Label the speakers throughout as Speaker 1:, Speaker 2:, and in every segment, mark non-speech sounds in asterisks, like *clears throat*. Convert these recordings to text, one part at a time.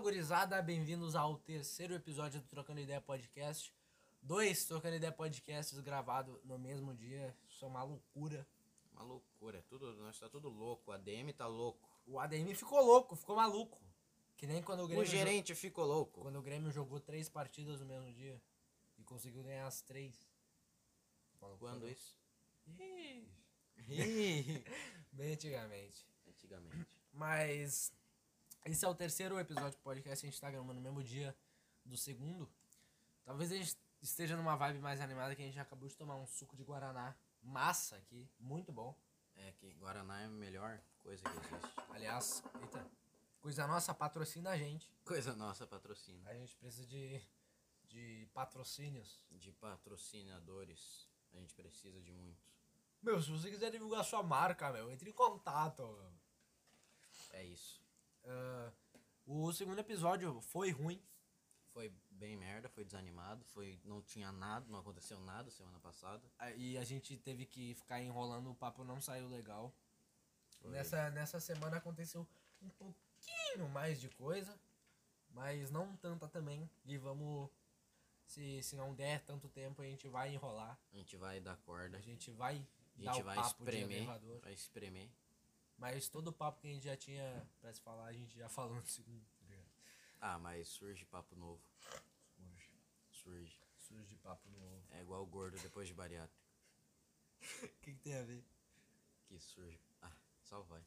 Speaker 1: gurizada, bem-vindos ao terceiro episódio do Trocando Ideia Podcast. Dois Trocando Ideia Podcasts gravados no mesmo dia, isso é uma loucura.
Speaker 2: Uma loucura, tudo, nós tá tudo louco, a DM tá louco.
Speaker 1: O ADM ficou louco, ficou maluco. Que nem quando o Grêmio,
Speaker 2: O gerente ficou
Speaker 1: jo-
Speaker 2: louco.
Speaker 1: quando o Grêmio jogou três partidas no mesmo dia e conseguiu ganhar as três. Uma loucura.
Speaker 2: Quando isso?
Speaker 1: *laughs*
Speaker 2: *laughs*
Speaker 1: Bem antigamente.
Speaker 2: Antigamente.
Speaker 1: Mas esse é o terceiro episódio do podcast que a gente tá gravando no mesmo dia do segundo. Talvez a gente esteja numa vibe mais animada que a gente acabou de tomar um suco de Guaraná. Massa aqui, muito bom.
Speaker 2: É que Guaraná é a melhor coisa
Speaker 1: *laughs*
Speaker 2: que existe.
Speaker 1: Aliás, eita, coisa nossa, patrocina a gente.
Speaker 2: Coisa nossa, patrocina.
Speaker 1: A gente precisa de, de patrocínios.
Speaker 2: De patrocinadores, a gente precisa de muito.
Speaker 1: Meu, se você quiser divulgar sua marca, meu, entre em contato. meu.
Speaker 2: É isso.
Speaker 1: Ah, o segundo episódio foi ruim.
Speaker 2: Foi bem merda, foi desanimado, foi não tinha nada, não aconteceu nada semana passada.
Speaker 1: Ah, E a gente teve que ficar enrolando, o papo não saiu legal.
Speaker 2: Foi-
Speaker 1: Nessa, nessa semana aconteceu um pouquinho mais de coisa, mas não tanta também. E vamos. Se, se não der tanto tempo, a gente vai enrolar.
Speaker 2: A gente vai dar corda,
Speaker 1: A
Speaker 2: Né? a gente,
Speaker 1: gente vai dar o
Speaker 2: vai
Speaker 1: papo de
Speaker 2: espremer,
Speaker 1: elevador.
Speaker 2: vai espremer.
Speaker 1: Mas todo o papo que a gente já tinha pra se falar, a gente já falou no segundo. tá ligado?
Speaker 2: Ah, mas surge papo novo,
Speaker 1: Hoje.
Speaker 2: surge.
Speaker 1: Surge papo novo.
Speaker 2: É igual o gordo depois de bariátrico.
Speaker 1: O que, que tem a ver?
Speaker 2: Que surge. Ah, só vai.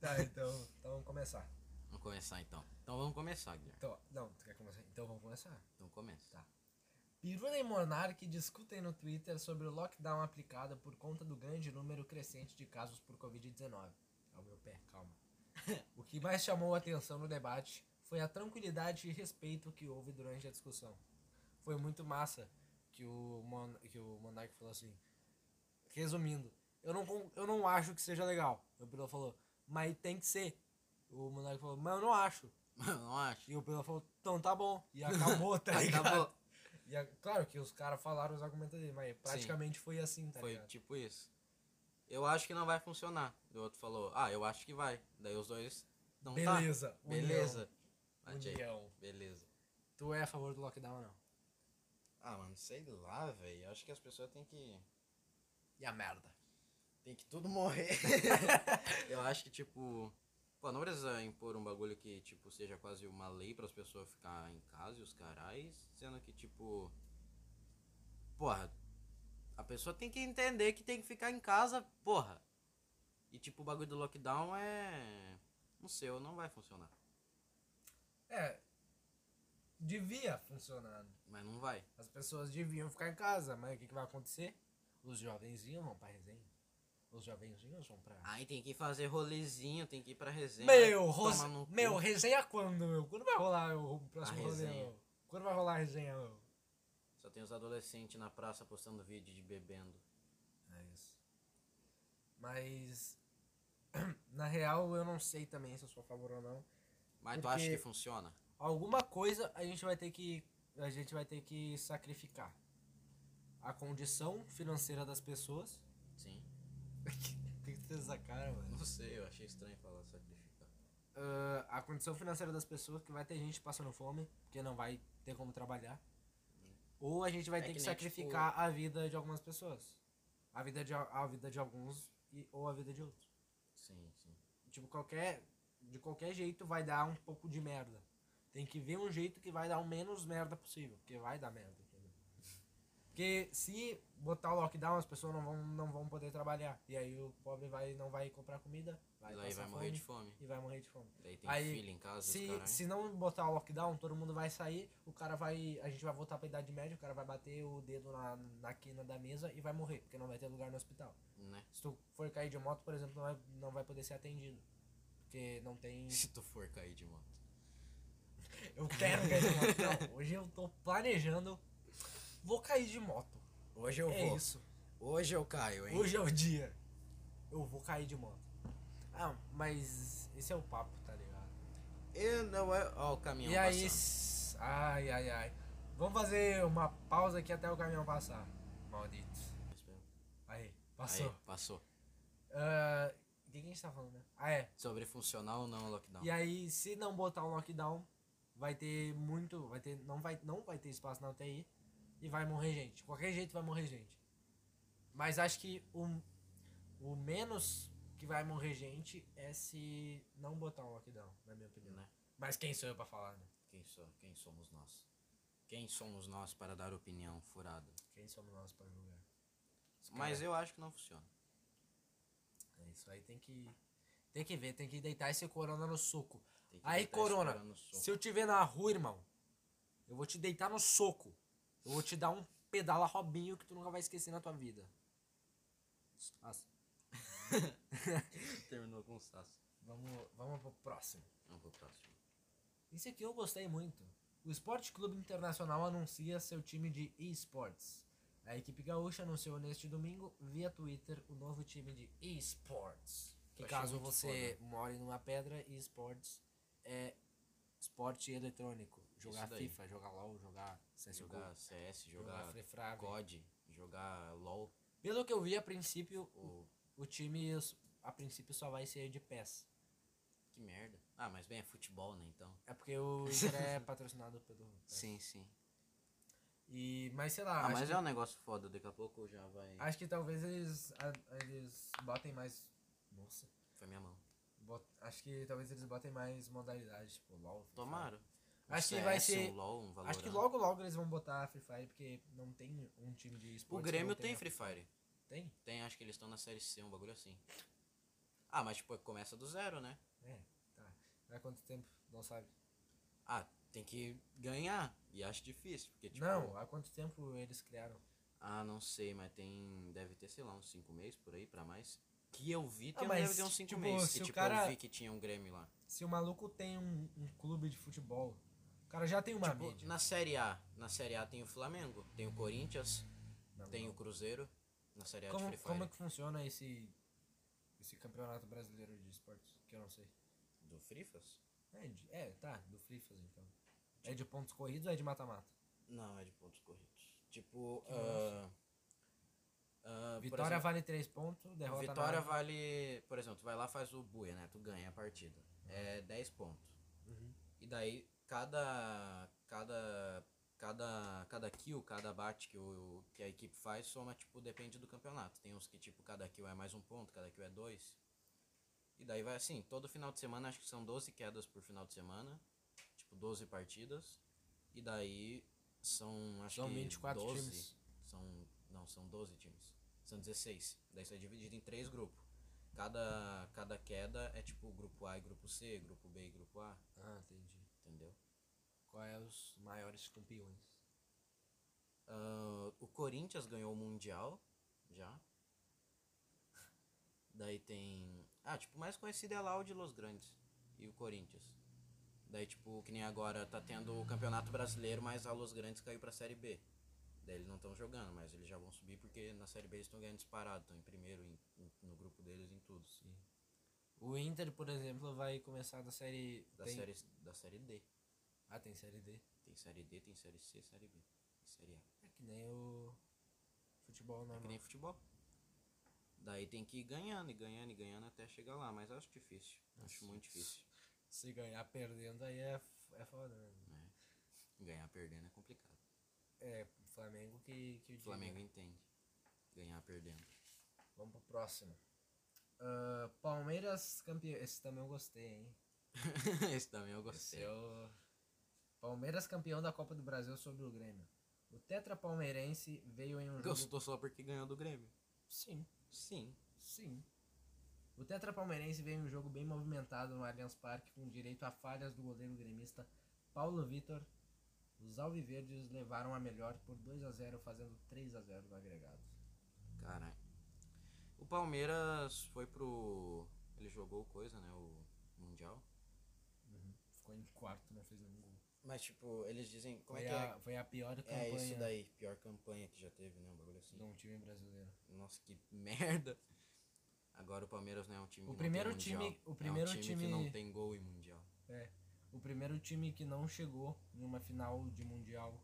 Speaker 1: Tá, então. Então vamos começar.
Speaker 2: Vamos começar então. Então vamos começar, Guilherme.
Speaker 1: Então, não, tu quer começar? Então vamos começar.
Speaker 2: Então começa.
Speaker 1: Tá. Piruna e Monark discutem no Twitter sobre o lockdown aplicado por conta do grande número crescente de casos por Covid-19. Ao meu pé, calma. *laughs* O que mais chamou a atenção no debate foi a tranquilidade e respeito que houve durante a discussão. Foi muito massa que o, Mon que o Monark falou assim. Resumindo, eu não, con- eu não acho que seja legal. O Pirula falou, mas tem que ser. O Monark falou, mas eu não acho.
Speaker 2: *laughs* Mano, não acho.
Speaker 1: E o Pedro falou, então tá bom. E acabou, tá ligado?
Speaker 2: *laughs* Acabou.
Speaker 1: E a- claro que os caras falaram os argumentos dele, mas praticamente foi assim, tá
Speaker 2: Foi
Speaker 1: ligado?
Speaker 2: tipo isso. Eu acho que não vai funcionar. O outro falou, ah, eu acho que vai. Daí os dois. Não
Speaker 1: Beleza.
Speaker 2: Tá. Beleza.
Speaker 1: União,
Speaker 2: Bate aí.
Speaker 1: união.
Speaker 2: Beleza.
Speaker 1: Tu é a favor do lockdown ou não?
Speaker 2: Ah, mano, sei lá, velho. Eu acho que as pessoas têm que.
Speaker 1: E a merda.
Speaker 2: Tem que tudo morrer. *laughs* eu acho que, tipo. Pô, não precisa impor um bagulho que, tipo, seja quase uma lei para as pessoas ficar em casa e os carais. Sendo que, tipo. Porra. A pessoa tem que entender que tem que ficar em casa, porra. E, tipo, o bagulho do lockdown é. Não sei, ou não vai funcionar.
Speaker 1: É. Devia funcionar. né?
Speaker 2: Mas não vai.
Speaker 1: As pessoas deviam ficar em casa, mas o que, que vai acontecer? Os jovenzinhos vão pra resenha. Os jovenzinhos vão pra.
Speaker 2: Aí tem que fazer rolezinho, tem que ir pra resenha.
Speaker 1: meu,
Speaker 2: tomar
Speaker 1: ros...
Speaker 2: no cu.
Speaker 1: meu, resenha quando, meu? Quando vai rolar o próximo
Speaker 2: A
Speaker 1: rolê,
Speaker 2: resenha.
Speaker 1: meu? Quando vai rolar a resenha, meu?
Speaker 2: Só tem os adolescentes na praça postando vídeo de bebendo.
Speaker 1: É isso. Mas. *clears throat* Na real, eu não sei também se eu sou a favor ou não.
Speaker 2: Mas tu acha
Speaker 1: Porque-
Speaker 2: que funciona?
Speaker 1: Alguma coisa a gente vai ter que. A gente vai ter que sacrificar. A condição financeira das pessoas.
Speaker 2: Sim.
Speaker 1: Tem que ter essa cara, mano.
Speaker 2: Não sei, eu achei estranho falar sacrificar.
Speaker 1: Ah, a condição financeira das pessoas, que vai ter gente passando fome, porque não vai ter como trabalhar. Ou a gente vai
Speaker 2: É
Speaker 1: ter que,
Speaker 2: que nem,
Speaker 1: sacrificar a vida de algumas pessoas. A vida de, a a vida de alguns e, ou a vida de outros.
Speaker 2: Sim, sim.
Speaker 1: tipo, qualquer. De qualquer jeito vai dar um pouco de merda. Tem que ver um jeito que vai dar o menos merda possível. Porque vai dar merda, entendeu? Porque se botar o lockdown, as pessoas não vão, não vão poder trabalhar. E aí o pobre vai, não vai comprar comida, vai,
Speaker 2: e daí
Speaker 1: passar
Speaker 2: vai morrer de
Speaker 1: fome
Speaker 2: fome.
Speaker 1: e vai morrer de fome.
Speaker 2: Daí tem
Speaker 1: Aí,
Speaker 2: filho em casa, os
Speaker 1: Se,
Speaker 2: caralho.
Speaker 1: se não botar o lockdown, todo mundo vai sair, o cara vai. A gente vai voltar pra idade média, o cara vai bater o dedo na, na quina da mesa e vai morrer, porque não vai ter lugar no hospital. *laughs*
Speaker 2: Né?
Speaker 1: Se tu for cair de moto, por exemplo, não vai, não vai poder ser atendido. Porque não
Speaker 2: *laughs*
Speaker 1: tem.
Speaker 2: Se tu for cair de moto.
Speaker 1: Eu quero cair de moto. Não, hoje eu tô planejando. Vou cair de moto.
Speaker 2: Hoje eu
Speaker 1: é
Speaker 2: vou.
Speaker 1: isso.
Speaker 2: Hoje eu caio, hein?
Speaker 1: Hoje é o dia. Eu vou cair de moto. Ah, mas esse é o papo, tá ligado?
Speaker 2: Eu não é. Ó, o caminhão
Speaker 1: e aí.
Speaker 2: passando.
Speaker 1: s- Ai, ai, ai. Vamos fazer uma pausa aqui até o caminhão passar. Malditos.
Speaker 2: Espera.
Speaker 1: Aí, passou.
Speaker 2: Aí, passou.
Speaker 1: Ah, O que, que a gente tá falando, né? Ah, é.
Speaker 2: Sobre funcionar ou não o lockdown.
Speaker 1: E aí, se não botar um lockdown, vai ter muito. Vai ter, não, vai, não vai ter espaço na UTI e vai morrer gente. De qualquer jeito vai morrer gente. Mas acho que o, o menos que vai morrer gente é se não botar um lockdown, na minha opinião.
Speaker 2: Né?
Speaker 1: Mas quem sou eu pra falar, né?
Speaker 2: Quem, so- quem somos nós? Quem somos nós para dar opinião furada?
Speaker 1: Quem somos nós pra julgar? Os
Speaker 2: Mas eu acho que não funciona.
Speaker 1: É isso aí, tem que. Tem que ver, tem que deitar esse corona no soco.
Speaker 2: Tem que
Speaker 1: Aí,
Speaker 2: deitar
Speaker 1: corona,
Speaker 2: esse cara no soco.
Speaker 1: se eu te ver na rua, irmão, eu vou te deitar no soco. Eu vou te dar um pedala robinho que tu nunca vai esquecer na tua vida. Nossa,
Speaker 2: Terminou com o Sasso.
Speaker 1: vamos, vamos pro próximo.
Speaker 2: Vamos pro próximo.
Speaker 1: Isso aqui eu gostei muito. O Esporte Clube Internacional anuncia seu time de esportes. A equipe gaúcha anunciou neste domingo, via Twitter, o novo time de esportes. Que
Speaker 2: Eu achei
Speaker 1: caso
Speaker 2: muito
Speaker 1: você more numa pedra, esportes é esporte eletrônico. Jogar
Speaker 2: Isso daí.
Speaker 1: FIFA, jogar LOL, jogar CSGO,
Speaker 2: Jogar CS,
Speaker 1: jogar,
Speaker 2: jogar
Speaker 1: Free Fire.
Speaker 2: COD, jogar LOL.
Speaker 1: Pelo que eu vi, a princípio, o,
Speaker 2: Ou...
Speaker 1: o time a princípio só vai ser de PES.
Speaker 2: Que merda. Ah, mas bem, é futebol, né? Então.
Speaker 1: É porque o Inter
Speaker 2: *laughs*
Speaker 1: é patrocinado pelo PES.
Speaker 2: Sim, sim.
Speaker 1: E, mas sei lá,
Speaker 2: Ah,
Speaker 1: acho
Speaker 2: mas
Speaker 1: que-
Speaker 2: é um negócio foda. Daqui a pouco já vai.
Speaker 1: Acho que talvez eles, a- eles botem mais. Nossa.
Speaker 2: Foi minha mão.
Speaker 1: Bot- acho que talvez eles botem mais modalidades, tipo LOL. Free Fire.
Speaker 2: Tomaram. Um
Speaker 1: Acho que é vai
Speaker 2: CS,
Speaker 1: ser-
Speaker 2: Um LOL, um Valorant.
Speaker 1: Acho que logo logo eles vão botar Free Fire, porque não tem um time de
Speaker 2: O
Speaker 1: esportes. que
Speaker 2: Grêmio
Speaker 1: não
Speaker 2: tem
Speaker 1: tenha-
Speaker 2: Free Fire.
Speaker 1: Tem?
Speaker 2: Tem, acho que eles estão na série C, um bagulho assim. Ah, mas tipo, começa do zero, né?
Speaker 1: É, tá. Há quanto tempo? Não sabe.
Speaker 2: Ah, tem que ganhar. E acho difícil, porque tipo.
Speaker 1: não, há quanto tempo eles criaram?
Speaker 2: Ah, não sei, mas tem. Deve ter, sei lá, uns 5 meses por aí pra mais. Que eu vi,
Speaker 1: Ah,
Speaker 2: tem,
Speaker 1: mas,
Speaker 2: deve ter uns 5
Speaker 1: tipo,
Speaker 2: meses.
Speaker 1: se
Speaker 2: Que
Speaker 1: o
Speaker 2: tipo,
Speaker 1: cara-
Speaker 2: eu vi que tinha um Grêmio lá.
Speaker 1: Se o maluco tem um, um clube de futebol, o cara já tem uma
Speaker 2: Tipo,
Speaker 1: mídia.
Speaker 2: na Série A. Na Série A tem o Flamengo, tem o Corinthians,
Speaker 1: Não,
Speaker 2: tem
Speaker 1: não.
Speaker 2: o Cruzeiro. Na Série A de
Speaker 1: Como,
Speaker 2: Free Fire.
Speaker 1: como é que funciona esse, esse campeonato brasileiro de esportes? Que eu não sei.
Speaker 2: Do Frifas?
Speaker 1: É, de- é, tá, do Frifas então. É de pontos corridos ou é de mata-mata?
Speaker 2: Não, é de pontos corridos. Tipo.
Speaker 1: Que
Speaker 2: ah, ah, por
Speaker 1: Vitória
Speaker 2: exemplo,
Speaker 1: vale 3 pontos, derrota
Speaker 2: Vitória
Speaker 1: nada.
Speaker 2: vale. Por exemplo, tu vai lá faz o buia, né? Tu ganha a partida. É 10 pontos.
Speaker 1: Uhum.
Speaker 2: E daí, cada. Cada. Cada, cada kill, cada bate que, o, que a equipe faz soma, tipo, depende do campeonato. Tem uns que, tipo, cada kill é mais um ponto, cada kill é dois. E daí vai assim, todo final de semana, acho que são 12 quedas por final de semana. Tipo, 12 partidas. E daí são, acho
Speaker 1: São
Speaker 2: que
Speaker 1: 24
Speaker 2: 12,
Speaker 1: times.
Speaker 2: São, não, são 12 times. São 16. Daí isso é dividido em três grupos. Cada, cada queda é tipo grupo A e grupo C, grupo B e grupo A,
Speaker 1: Ah, entendi.
Speaker 2: entendeu?
Speaker 1: Qual é os maiores campeões?
Speaker 2: Ah, o Corinthians ganhou o Mundial já. Daí tem. Ah, tipo, o mais conhecido é lá o de Los Grandes e o Corinthians. Daí, tipo, que nem agora tá tendo o Campeonato Brasileiro, mas a Los Grandes caiu pra Série B. Daí eles não estão jogando, mas eles já vão subir porque na Série B eles estão ganhando disparado, estão em primeiro em- em- no grupo deles, em tudo.
Speaker 1: O Inter, por exemplo, vai começar da série.
Speaker 2: Da,
Speaker 1: tem-
Speaker 2: série, da série D.
Speaker 1: Ah, tem série D.
Speaker 2: Tem Série D, tem Série C, Série B. e Série A.
Speaker 1: É que nem o futebol
Speaker 2: É que
Speaker 1: normal.
Speaker 2: nem futebol. Daí tem que ir ganhando e ganhando e ganhando até chegar lá, mas acho difícil. Acho muito difícil.
Speaker 1: Se ganhar perdendo, aí é, f- é foda, né?
Speaker 2: né? Ganhar perdendo é complicado.
Speaker 1: É, o Flamengo que, que o
Speaker 2: O Flamengo entende. Ganhar perdendo.
Speaker 1: Vamos pro próximo. Ah, Palmeiras campeão. Esse também eu gostei, hein?
Speaker 2: *laughs* Esse é também eu gostei.
Speaker 1: Seu Palmeiras campeão da Copa do Brasil sobre o Grêmio. O tetra palmeirense veio em um jogo...
Speaker 2: Gostou só porque ganhou do Grêmio?
Speaker 1: Sim,
Speaker 2: Sim.
Speaker 1: sim. O tetra palmeirense veio em um jogo bem movimentado no Allianz Parque com direito a falhas do goleiro gremista Paulo Vitor. Os alviverdes levaram a melhor por 2 a 0 fazendo 3 a 0 no agregado.
Speaker 2: Caralho. O Palmeiras foi pro. Ele jogou coisa, né? O Mundial.
Speaker 1: Ficou em quarto, não fez nenhum gol.
Speaker 2: Mas, tipo, eles dizem. Como
Speaker 1: Foi,
Speaker 2: é que
Speaker 1: a, foi a pior
Speaker 2: é? É
Speaker 1: campanha
Speaker 2: isso daí. Pior campanha que já teve, né? Um bagulho assim.
Speaker 1: de um time brasileiro.
Speaker 2: Nossa, que merda. Agora o Palmeiras não é um time
Speaker 1: O
Speaker 2: que não
Speaker 1: primeiro
Speaker 2: tem
Speaker 1: time-
Speaker 2: mundial.
Speaker 1: o primeiro
Speaker 2: é um time,
Speaker 1: time-
Speaker 2: que não tem gol em mundial.
Speaker 1: É, o primeiro time que não chegou em uma final de mundial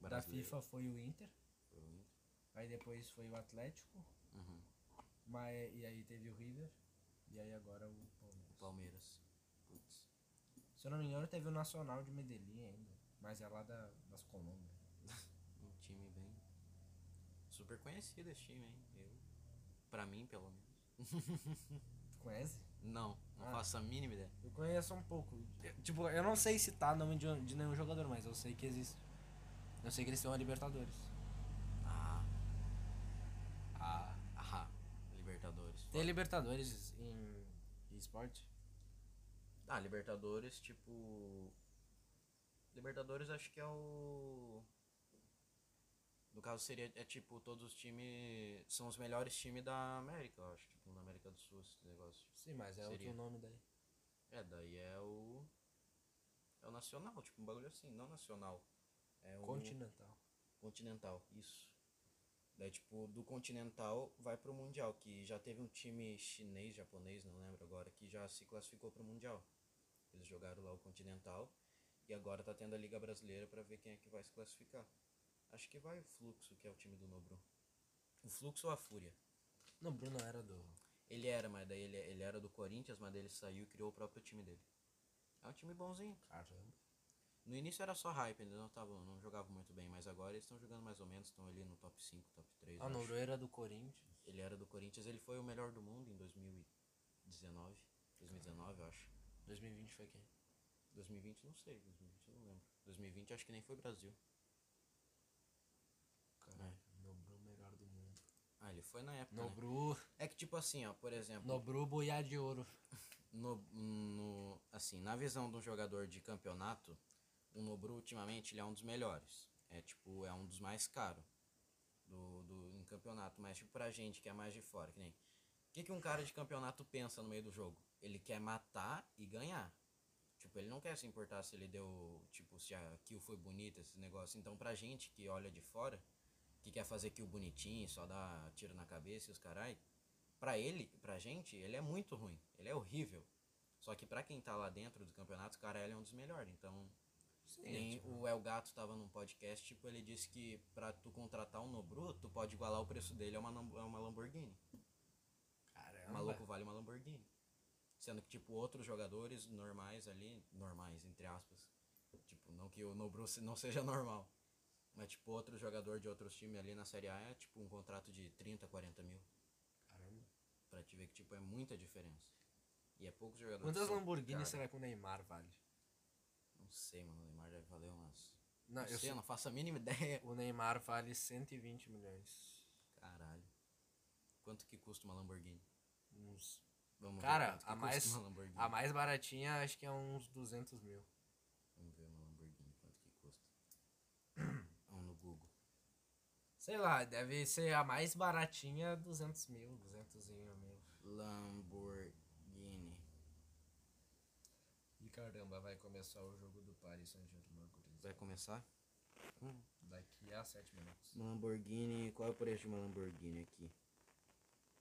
Speaker 1: da
Speaker 2: Brasileiro.
Speaker 1: FIFA foi o Inter,
Speaker 2: Foi o Inter.
Speaker 1: aí depois foi o Atlético,
Speaker 2: Uhum.
Speaker 1: mas, e aí teve o River, E aí agora o Palmeiras.
Speaker 2: Palmeiras. Putz.
Speaker 1: Se eu não me engano, teve o Nacional de Medellín ainda. Mas é lá da, das Colômbia.
Speaker 2: Um time bem. Super conhecido esse time, hein? Eu. Pra mim, pelo menos.
Speaker 1: Tu conhece?
Speaker 2: Não, não
Speaker 1: Ah.
Speaker 2: faço a mínima ideia.
Speaker 1: Eu conheço um pouco. Eu- tipo, eu não sei citar nome de, um, de nenhum jogador, mas eu sei que existe. Eu sei que eles têm uma Libertadores.
Speaker 2: Ah. Ah. Ah. Libertadores.
Speaker 1: Tem Libertadores em, em esporte?
Speaker 2: Ah, Libertadores, tipo. Libertadores acho que é o. No caso seria. É tipo, todos os times. São os melhores times da América, eu acho. Tipo, na América do Sul, esse negócio.
Speaker 1: Sim, mas é
Speaker 2: Seria.
Speaker 1: outro nome daí.
Speaker 2: É, daí é o. É o nacional, tipo, um bagulho assim, não nacional. É o
Speaker 1: Continental.
Speaker 2: continental, isso. Daí, tipo, do continental vai pro mundial, que já teve um time chinês, japonês, não lembro agora, que já se classificou pro mundial. Eles jogaram lá o continental e agora tá tendo a Liga Brasileira pra ver quem é que vai se classificar. Acho que vai o Fluxo, que é o time do Nobru. O Fluxo ou a Fúria?
Speaker 1: Não, Bruno era do.
Speaker 2: Ele era, mas daí ele, ele era do Corinthians, mas daí ele saiu e criou o próprio time dele. É um time bonzinho.
Speaker 1: Caramba.
Speaker 2: No início era só hype, eles não, tavam, não jogavam muito bem, mas agora eles estão jogando mais ou menos, estão ali no top 5, top 3.
Speaker 1: Ah, não, Bruno era do Corinthians.
Speaker 2: Ele era do Corinthians, ele foi o melhor do mundo em 2019. 2019, eu acho.
Speaker 1: 2020 foi quem?
Speaker 2: 2020, não sei. 2020, eu não lembro. 2020, acho que nem foi Brasil.
Speaker 1: Caralho. É. Nobru melhor do mundo.
Speaker 2: Ah, ele foi na época. Né?
Speaker 1: Nobru.
Speaker 2: É que, tipo assim, ó, por exemplo,
Speaker 1: Nobru boiá de ouro.
Speaker 2: no, no- assim, na visão de um jogador de campeonato, o Nobru, ultimamente, ele é um dos melhores. É, tipo, é um dos mais caros do, do, em campeonato. Mas, tipo, pra gente que é mais de fora, que nem... O que, que um cara de campeonato pensa no meio do jogo? Ele quer matar e ganhar. Tipo, ele não quer se importar se ele deu, tipo, se a kill foi bonita, esse negócio. Então, pra gente que olha de fora, que quer fazer kill bonitinho, só dar tiro na cabeça e os carai, pra ele, pra gente, ele é muito ruim. Ele é horrível. Só que pra quem tá lá dentro do campeonato, o cara ele é um dos melhores. Então, nem
Speaker 1: tipo,
Speaker 2: o El Gato tava num podcast, tipo, ele disse que pra tu contratar um Nobru, tu pode igualar o preço dele a uma, Lam- a uma Lamborghini.
Speaker 1: Caramba.
Speaker 2: O maluco vale uma Lamborghini. Sendo que, tipo, outros jogadores normais ali, normais, entre aspas, tipo, não que o Nobru se- não seja normal, mas, tipo, outro jogador de outros times ali na Série A é, tipo, um contrato de 30, 40 mil.
Speaker 1: Caramba.
Speaker 2: Pra te ver que, tipo, é muita diferença. E é poucos jogadores.
Speaker 1: Quantas
Speaker 2: que são
Speaker 1: Lamborghini
Speaker 2: caros.
Speaker 1: será que o Neymar vale?
Speaker 2: Não sei, mano, o Neymar deve valer umas...
Speaker 1: Não,
Speaker 2: não sei, eu não faço a mínima *laughs* ideia.
Speaker 1: O Neymar vale 120 milhões.
Speaker 2: Caralho. Quanto que custa uma Lamborghini?
Speaker 1: Uns...
Speaker 2: Vamos
Speaker 1: Cara,
Speaker 2: quanto que
Speaker 1: a
Speaker 2: custa
Speaker 1: mais-
Speaker 2: uma Lamborghini.
Speaker 1: A mais baratinha acho que é uns 200 mil.
Speaker 2: Vamos ver uma Lamborghini, quanto que custa. *coughs* Vamos no Google.
Speaker 1: Sei lá, deve ser a mais baratinha 200 mil, 200 mil.
Speaker 2: Lamborghini.
Speaker 1: E caramba, vai começar o jogo do Paris Saint-Germain. gurizada.
Speaker 2: Vai começar?
Speaker 1: Daqui a 7 minutos.
Speaker 2: Uma Lamborghini, qual é o preço de uma Lamborghini aqui?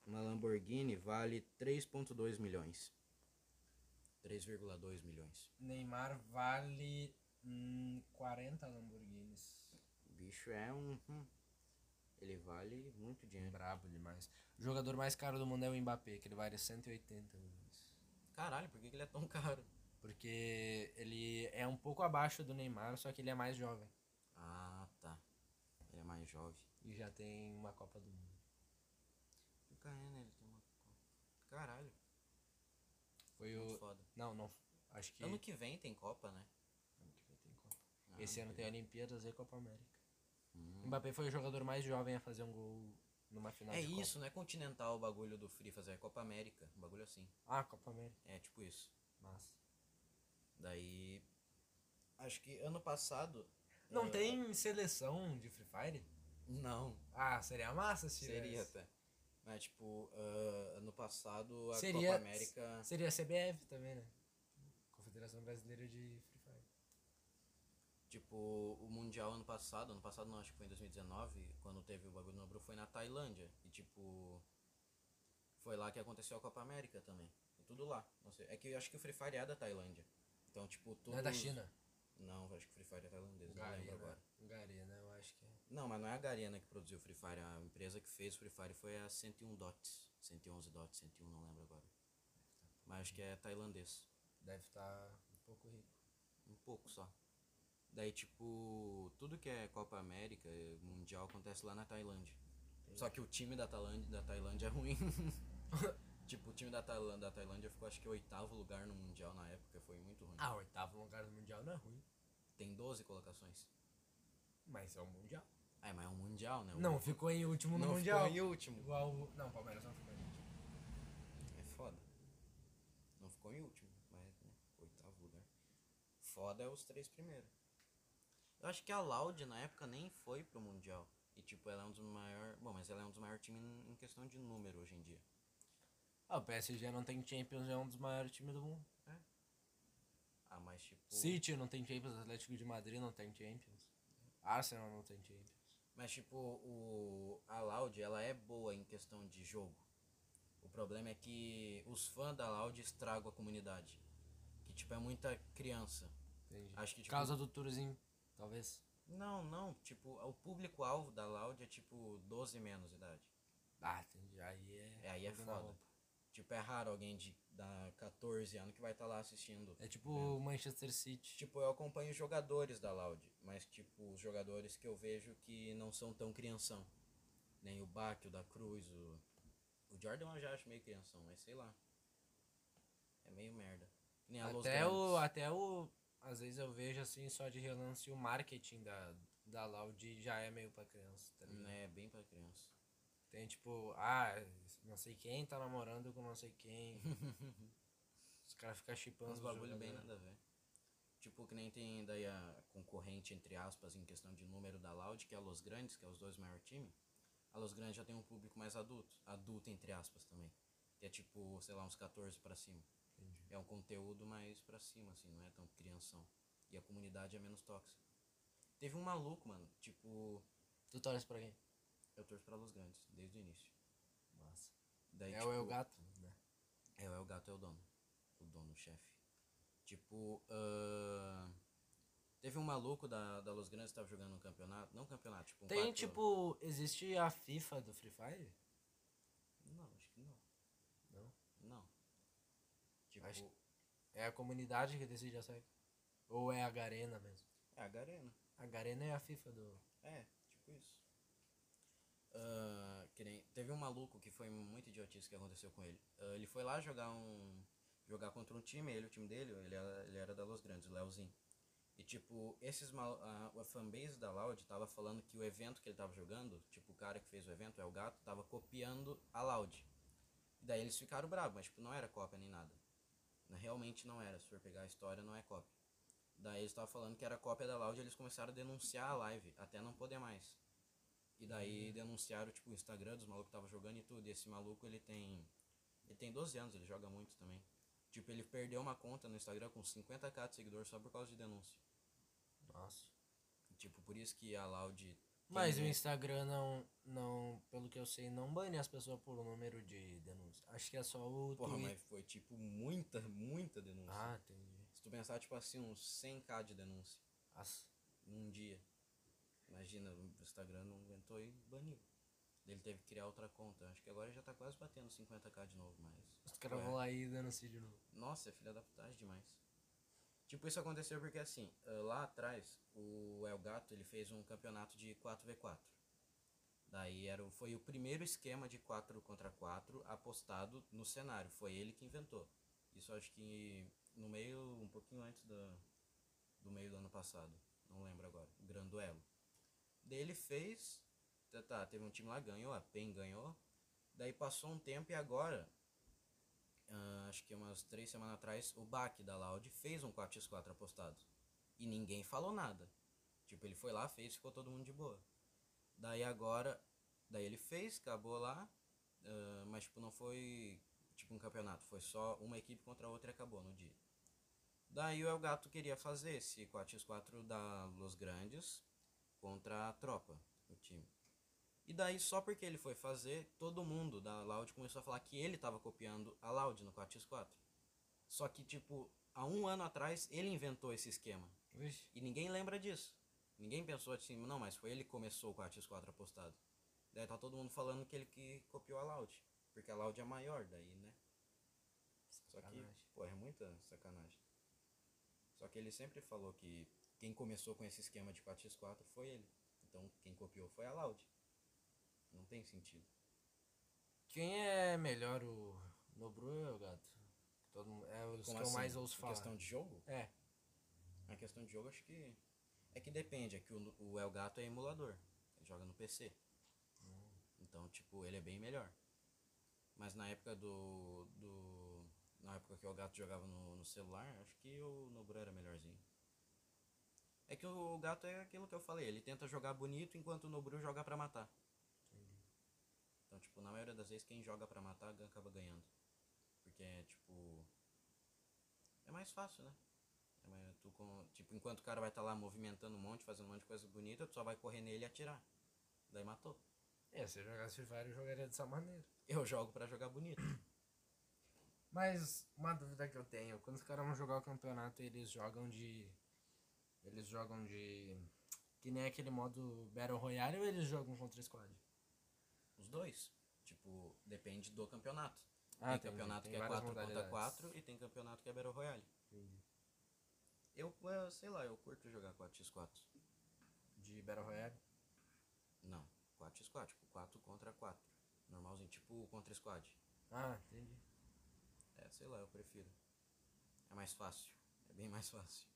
Speaker 2: Uma Lamborghini vale 3.2 milhões. 3,2 milhões.
Speaker 1: Neymar vale hum, 40 Lamborghinis.
Speaker 2: O bicho é um... hum. Ele vale muito dinheiro.
Speaker 1: Brabo demais. O jogador mais caro do mundo é o Mbappé, que ele vale 180 milhões.
Speaker 2: Caralho, por que que ele é tão caro?
Speaker 1: Porque ele é um pouco abaixo do Neymar, só que ele é mais jovem.
Speaker 2: Ah, tá. Ele é mais jovem.
Speaker 1: E já tem uma Copa do Mundo.
Speaker 2: Caralho, né? ele tem uma... Caralho,
Speaker 1: Foi
Speaker 2: muito
Speaker 1: o.
Speaker 2: foda.
Speaker 1: Não, não. Acho que.
Speaker 2: Ano que vem tem Copa, né?
Speaker 1: Ano que vem tem Copa.
Speaker 2: Ah,
Speaker 1: Esse ano
Speaker 2: que
Speaker 1: tem
Speaker 2: vem.
Speaker 1: Olimpíadas e Copa América.
Speaker 2: Hum.
Speaker 1: Mbappé foi o jogador mais jovem a fazer um gol numa final
Speaker 2: É
Speaker 1: de Copa.
Speaker 2: isso, não é continental o bagulho do Free fazer, é Copa América, um bagulho assim.
Speaker 1: Ah, Copa América.
Speaker 2: É tipo isso.
Speaker 1: Massa.
Speaker 2: Daí. Acho que ano passado.
Speaker 1: Não
Speaker 2: eh,
Speaker 1: tem seleção de Free Fire?
Speaker 2: Não,
Speaker 1: Ah, seria massa se tivesse.
Speaker 2: seria até. Mas tipo, ah, ano passado a
Speaker 1: Seria-
Speaker 2: Copa América.
Speaker 1: Seria a CBF também, né? Confederação Brasileira de Free Fire.
Speaker 2: Tipo, o Mundial ano passado, ano passado não, acho que foi em 2019, quando teve o bagulho no Bru, foi na Tailândia. E tipo. Foi lá que aconteceu a Copa América também. É Tudo lá. Não sei. É que eu acho que o Free Fire é da Tailândia. Então, tipo, tudo.
Speaker 1: Não é da China?
Speaker 2: Não, acho que o Free Fire é tailandês, não lembro agora.
Speaker 1: Garena. Garena, eu acho que é.
Speaker 2: Não, mas não é a Garena que produziu o Free Fire. um A empresa que fez o Free Fire foi a 101 Dots. 111 Dots, 101, não um, lembro agora. Mas acho que é tailandês.
Speaker 1: Deve estar um pouco rico.
Speaker 2: Um pouco só. Daí, tipo, tudo que é Copa América, eh, Mundial, acontece lá na Tailândia. Só que o time da Tailândia, da Tailândia é ruim. *laughs* tipo, o time da Tailândia, da Tailândia ficou, acho que, oitavo lugar no Mundial na época. Foi muito ruim.
Speaker 1: Ah, oitavo lugar do Mundial não é ruim.
Speaker 2: Tem 12 colocações.
Speaker 1: Mas é o Mundial.
Speaker 2: Ah, mas é um Mundial, né? O-
Speaker 1: Não, ficou em último no
Speaker 2: não
Speaker 1: Mundial.
Speaker 2: ficou em último.
Speaker 1: Igual o... Não, o Palmeiras não ficou em último.
Speaker 2: É foda. Não ficou em último, mas né, oitavo lugar. Foda é os três primeiros. Eu acho que a Loud na época nem foi pro Mundial. E tipo, ela é um dos maiores. Bom, mas ela é um dos maiores times em- em questão de número hoje em dia.
Speaker 1: Ah, o PSG não tem Champions, é um dos maiores times do mundo.
Speaker 2: Ah, mas tipo.
Speaker 1: City não tem Champions, Atlético de Madrid não tem Champions. Arsenal não tem Champions.
Speaker 2: Mas tipo, o. A Loud ela é boa em questão de jogo. O problema é que os fãs da Loud estragam a comunidade. Que tipo, é muita criança.
Speaker 1: Entendi.
Speaker 2: Acho que tipo.
Speaker 1: Causa do Turozinho, talvez.
Speaker 2: Não, não, tipo, o público-alvo da Loud é tipo 12 menos de idade.
Speaker 1: Ah, entendi. Aí é.
Speaker 2: É, aí é
Speaker 1: tudo na
Speaker 2: foda.
Speaker 1: roupa.
Speaker 2: Tipo, é raro alguém de da 14 anos que vai estar lá assistindo.
Speaker 1: É tipo o Manchester City.
Speaker 2: Tipo, eu acompanho os jogadores da Loud, mas tipo, os jogadores que eu vejo que não são tão crianção. Nem o Bach, o da Cruz, o. O Jordan eu já acho meio crianção, mas sei lá. É meio merda. Que Nem a Los
Speaker 1: até o.
Speaker 2: Grandes.
Speaker 1: Até o. Às vezes eu vejo assim só de relance o marketing da, da Loud já é meio pra criança, tá ligado?
Speaker 2: É, bem pra criança.
Speaker 1: Tem tipo, ah, não sei quem tá namorando com não sei
Speaker 2: *laughs*
Speaker 1: quem. Os caras ficam chipando.
Speaker 2: Uns bagulho bem né? nada a ver. Tipo, que nem tem daí a concorrente, entre aspas, em questão de número da Loud, que é a Los Grandes, que é os dois maiores times. A Los Grandes já tem um público mais adulto, adulto, entre aspas, também. Que é tipo, sei lá, uns 14 pra cima.
Speaker 1: Entendi.
Speaker 2: É um conteúdo mais pra cima, assim, não é tão crianção. E a comunidade é menos tóxica. Teve um maluco, mano, tipo,
Speaker 1: Tu torce pra quem?
Speaker 2: eu torço pra Los Grandes, desde o início.
Speaker 1: Massa.
Speaker 2: Daí,
Speaker 1: É
Speaker 2: tipo,
Speaker 1: o El Gato? Né?
Speaker 2: É, o El Gato é o dono. O dono, o chefe. Tipo, ahn, teve um maluco da, da Los Grandes que tava jogando um campeonato. Não um campeonato, tipo um
Speaker 1: Tem
Speaker 2: quatro-
Speaker 1: tipo. Existe a FIFA do Free Fire?
Speaker 2: Não, acho que não.
Speaker 1: Não.
Speaker 2: Não. Tipo,
Speaker 1: Acho- É a comunidade que decide a série? Ou é a Garena mesmo?
Speaker 2: é a Garena.
Speaker 1: A Garena é a FIFA do.
Speaker 2: É, tipo isso. Ah, que nem- teve um maluco que foi muito idiotice que aconteceu com ele. Ah, ele foi lá jogar um. jogar contra um time, ele, o time dele, ele era, ele era da Los Grandes, o Leozinho. E tipo, esses mal, a, a fanbase da Loud tava falando que o evento que ele tava jogando, tipo, o cara que fez o evento, é o gato, tava copiando a Loud. Daí eles ficaram bravos, mas tipo, não era cópia nem nada. Na- Realmente não era, se for pegar a história, não é cópia. Daí eles estavam falando que era cópia da Loud e eles começaram a denunciar a live, até não poder mais. E daí denunciaram, tipo, o Instagram dos malucos que tava jogando e tudo. E esse maluco, ele tem. Ele tem 12 anos, ele joga muito também. Tipo, ele perdeu uma conta no Instagram com 50k de seguidor só por causa de denúncia.
Speaker 1: Nossa.
Speaker 2: E, tipo, por isso que a Loud.
Speaker 1: Mas o
Speaker 2: tem-
Speaker 1: Instagram não, não, pelo que eu sei, não bane as pessoas por número de denúncias. Acho que é só o
Speaker 2: Porra,
Speaker 1: Twitter.
Speaker 2: mas foi, tipo, muita, muita denúncia.
Speaker 1: Ah, entendi.
Speaker 2: Se tu pensar, tipo assim, uns 100k de denúncia
Speaker 1: As-
Speaker 2: num dia. Imagina, o Instagram não aguentou e baniu. Ele teve que criar outra conta. Acho que agora já tá quase batendo 50k de novo, mas.
Speaker 1: Os caras
Speaker 2: é?
Speaker 1: vão lá e denunciam de novo.
Speaker 2: Nossa, é filha da putagem demais. Tipo, isso aconteceu porque assim, ah, lá atrás, o El Gato ele fez um campeonato de 4v4. Daí era, o- foi o primeiro esquema de 4 contra 4 apostado no cenário. Foi ele que inventou. Isso acho que no meio, um pouquinho antes do, do meio do ano passado. Não lembro agora. O Gran Duelo. Daí ele fez. tá, Tá, teve um time lá, ganhou, a PEN ganhou. Daí passou um tempo e agora ah, acho que umas três semanas atrás, o Bach da Loud fez um 4x4 apostado. E ninguém falou nada. Tipo, ele foi lá, fez, ficou todo mundo de boa. Daí agora, daí ele fez, acabou lá, ah, mas tipo, não foi tipo um campeonato, foi só uma equipe contra a outra e acabou no dia. Daí o El Gato queria fazer esse 4x4 da Los Grandes contra a tropa, o time. E daí, só porque ele foi fazer, todo mundo da Loud começou a falar que ele tava copiando a Loud no 4x4. Só que, tipo, há um ano atrás, ele inventou esse esquema.
Speaker 1: Vixe.
Speaker 2: E ninguém lembra disso. Ninguém pensou assim, não, mas foi ele que começou o 4x4 apostado. Daí tá todo mundo falando que ele que copiou a Loud. Porque a Loud é maior, daí, né? Só que
Speaker 1: Sacanagem.
Speaker 2: é muita sacanagem. Só que ele sempre falou que quem começou com esse esquema de 4x4 foi ele. Então quem copiou foi a Loud. Não tem sentido.
Speaker 1: Quem é melhor, o Nobru ou o Gato? Todo mundo- é os
Speaker 2: Como
Speaker 1: que eu
Speaker 2: assim?
Speaker 1: mais ouço
Speaker 2: Em
Speaker 1: falar.
Speaker 2: questão de jogo?
Speaker 1: É,
Speaker 2: A questão de jogo acho que. É que depende, é que o, o El Gato é emulador. Ele joga no PC. Então, tipo, ele é bem melhor. Mas na época do. do na época que o El Gato jogava no, no celular, acho que o Nobru era melhorzinho. É que o gato é aquilo que eu falei, ele tenta jogar bonito enquanto o Nobru joga pra matar. Então, tipo, na maioria das vezes quem joga pra matar gan- acaba ganhando. Porque é tipo. É mais fácil, né? É mais- tu com- tipo, enquanto o cara vai estar lá movimentando um monte, fazendo um monte de coisa bonita, tu só vai correr nele e atirar. Daí matou.
Speaker 1: é, se eu jogasse Free Fire eu jogaria dessa maneira.
Speaker 2: Eu jogo pra jogar bonito.
Speaker 1: Mas uma dúvida que eu tenho, quando os caras vão jogar o campeonato, eles jogam de. Eles jogam de. Que nem aquele modo Battle Royale ou eles jogam contra squad?
Speaker 2: Os dois. Tipo, depende do campeonato.
Speaker 1: Ah,
Speaker 2: tem
Speaker 1: entendi.
Speaker 2: campeonato
Speaker 1: Tem
Speaker 2: que é
Speaker 1: várias
Speaker 2: 4 contra
Speaker 1: modalidades.
Speaker 2: 4 e tem campeonato que é Battle Royale. Eu, eh, sei lá, eu curto jogar 4x4.
Speaker 1: De Battle Royale?
Speaker 2: Não, 4 squad, tipo 4 contra 4. Normalzinho, tipo contra squad.
Speaker 1: Ah, entendi.
Speaker 2: É, sei lá, eu prefiro. É mais fácil. É bem mais fácil.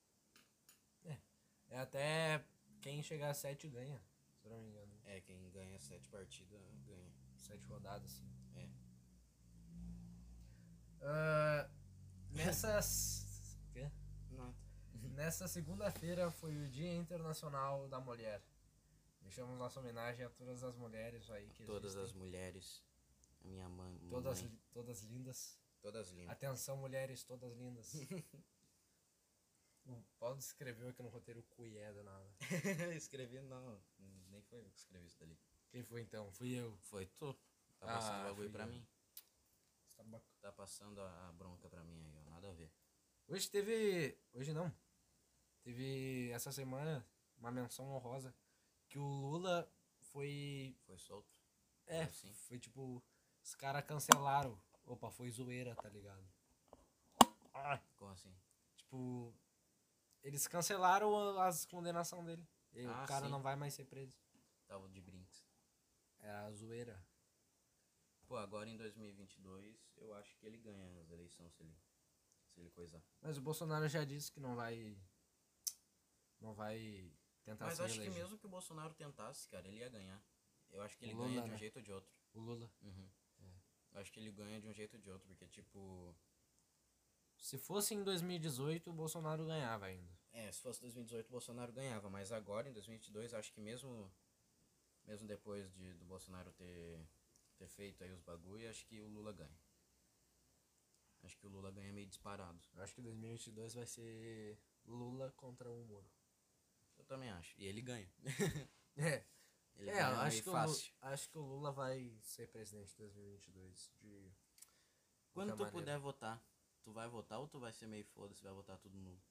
Speaker 1: É até quem chegar a 7 ganha, se eu não me engano.
Speaker 2: É, quem ganha 7 partidas ganha.
Speaker 1: 7 rodadas, sim.
Speaker 2: É.
Speaker 1: Ah,
Speaker 2: *laughs*
Speaker 1: nessas. Quê? é?
Speaker 2: Não.
Speaker 1: Nessa segunda-feira foi o Dia Internacional da Mulher. Deixamos nossa homenagem a todas as mulheres aí que
Speaker 2: Todas né? as
Speaker 1: existem.
Speaker 2: mulheres. A minha mãe.
Speaker 1: todas,
Speaker 2: mamãe,
Speaker 1: li- todas lindas.
Speaker 2: todas
Speaker 1: *laughs*
Speaker 2: lindas.
Speaker 1: Atenção, mulheres, todas lindas. o Paulo escreveu aqui no roteiro é cuié do nada.
Speaker 2: escrevi não. Nem foi eu que escrevi isso dali.
Speaker 1: Quem foi então? Fui eu.
Speaker 2: Foi tu. Tá
Speaker 1: Ah,
Speaker 2: passando o
Speaker 1: fui
Speaker 2: bagulho pra
Speaker 1: eu.
Speaker 2: mim. Tá passando a a bronca pra mim aí, ó. Nada a ver.
Speaker 1: Hoje teve. Hoje não. Teve essa semana uma menção honrosa que o Lula foi
Speaker 2: Foi solto.
Speaker 1: É,
Speaker 2: assim.
Speaker 1: foi tipo, os caras cancelaram. Opa, foi zoeira, tá ligado? Ah,
Speaker 2: Como assim?
Speaker 1: tipo, eles cancelaram as condenação dele. E
Speaker 2: Ah,
Speaker 1: o cara
Speaker 2: sim.
Speaker 1: não vai mais ser preso.
Speaker 2: Tava de brinks.
Speaker 1: Era a zoeira.
Speaker 2: Pô, agora em 2022, eu acho que ele ganha as eleições se ele, se ele coisar.
Speaker 1: Mas o Bolsonaro já disse que não vai. Não vai tentar
Speaker 2: Mas
Speaker 1: se
Speaker 2: acho que
Speaker 1: reeleger.
Speaker 2: mesmo que o Bolsonaro tentasse, cara, ele ia ganhar. Eu acho que ele
Speaker 1: O Lula,
Speaker 2: ganha de um
Speaker 1: né? É.
Speaker 2: jeito ou de outro.
Speaker 1: O
Speaker 2: Uhum.
Speaker 1: Lula.
Speaker 2: Eu acho que ele ganha de um jeito ou de outro, porque, tipo...
Speaker 1: Se fosse em 2018, o Bolsonaro ganhava ainda.
Speaker 2: É, se fosse 2018, o Bolsonaro ganhava. Mas agora, em 2022, acho que mesmo mesmo depois de, do Bolsonaro ter, ter feito aí os bagulho, acho que o Lula ganha. Acho que o Lula ganha meio disparado.
Speaker 1: Eu acho que 2022 vai ser Lula contra o Moro.
Speaker 2: Eu também acho. E ele ganha.
Speaker 1: *laughs* É,
Speaker 2: Ele
Speaker 1: é,
Speaker 2: ganha
Speaker 1: eu acho
Speaker 2: meio
Speaker 1: que, o Lu-
Speaker 2: fácil.
Speaker 1: acho que o Lula vai ser presidente em 2022. De...
Speaker 2: Quando tu
Speaker 1: maneira.
Speaker 2: puder votar, tu vai votar ou tu vai ser meio foda-se, vai votar tudo nulo?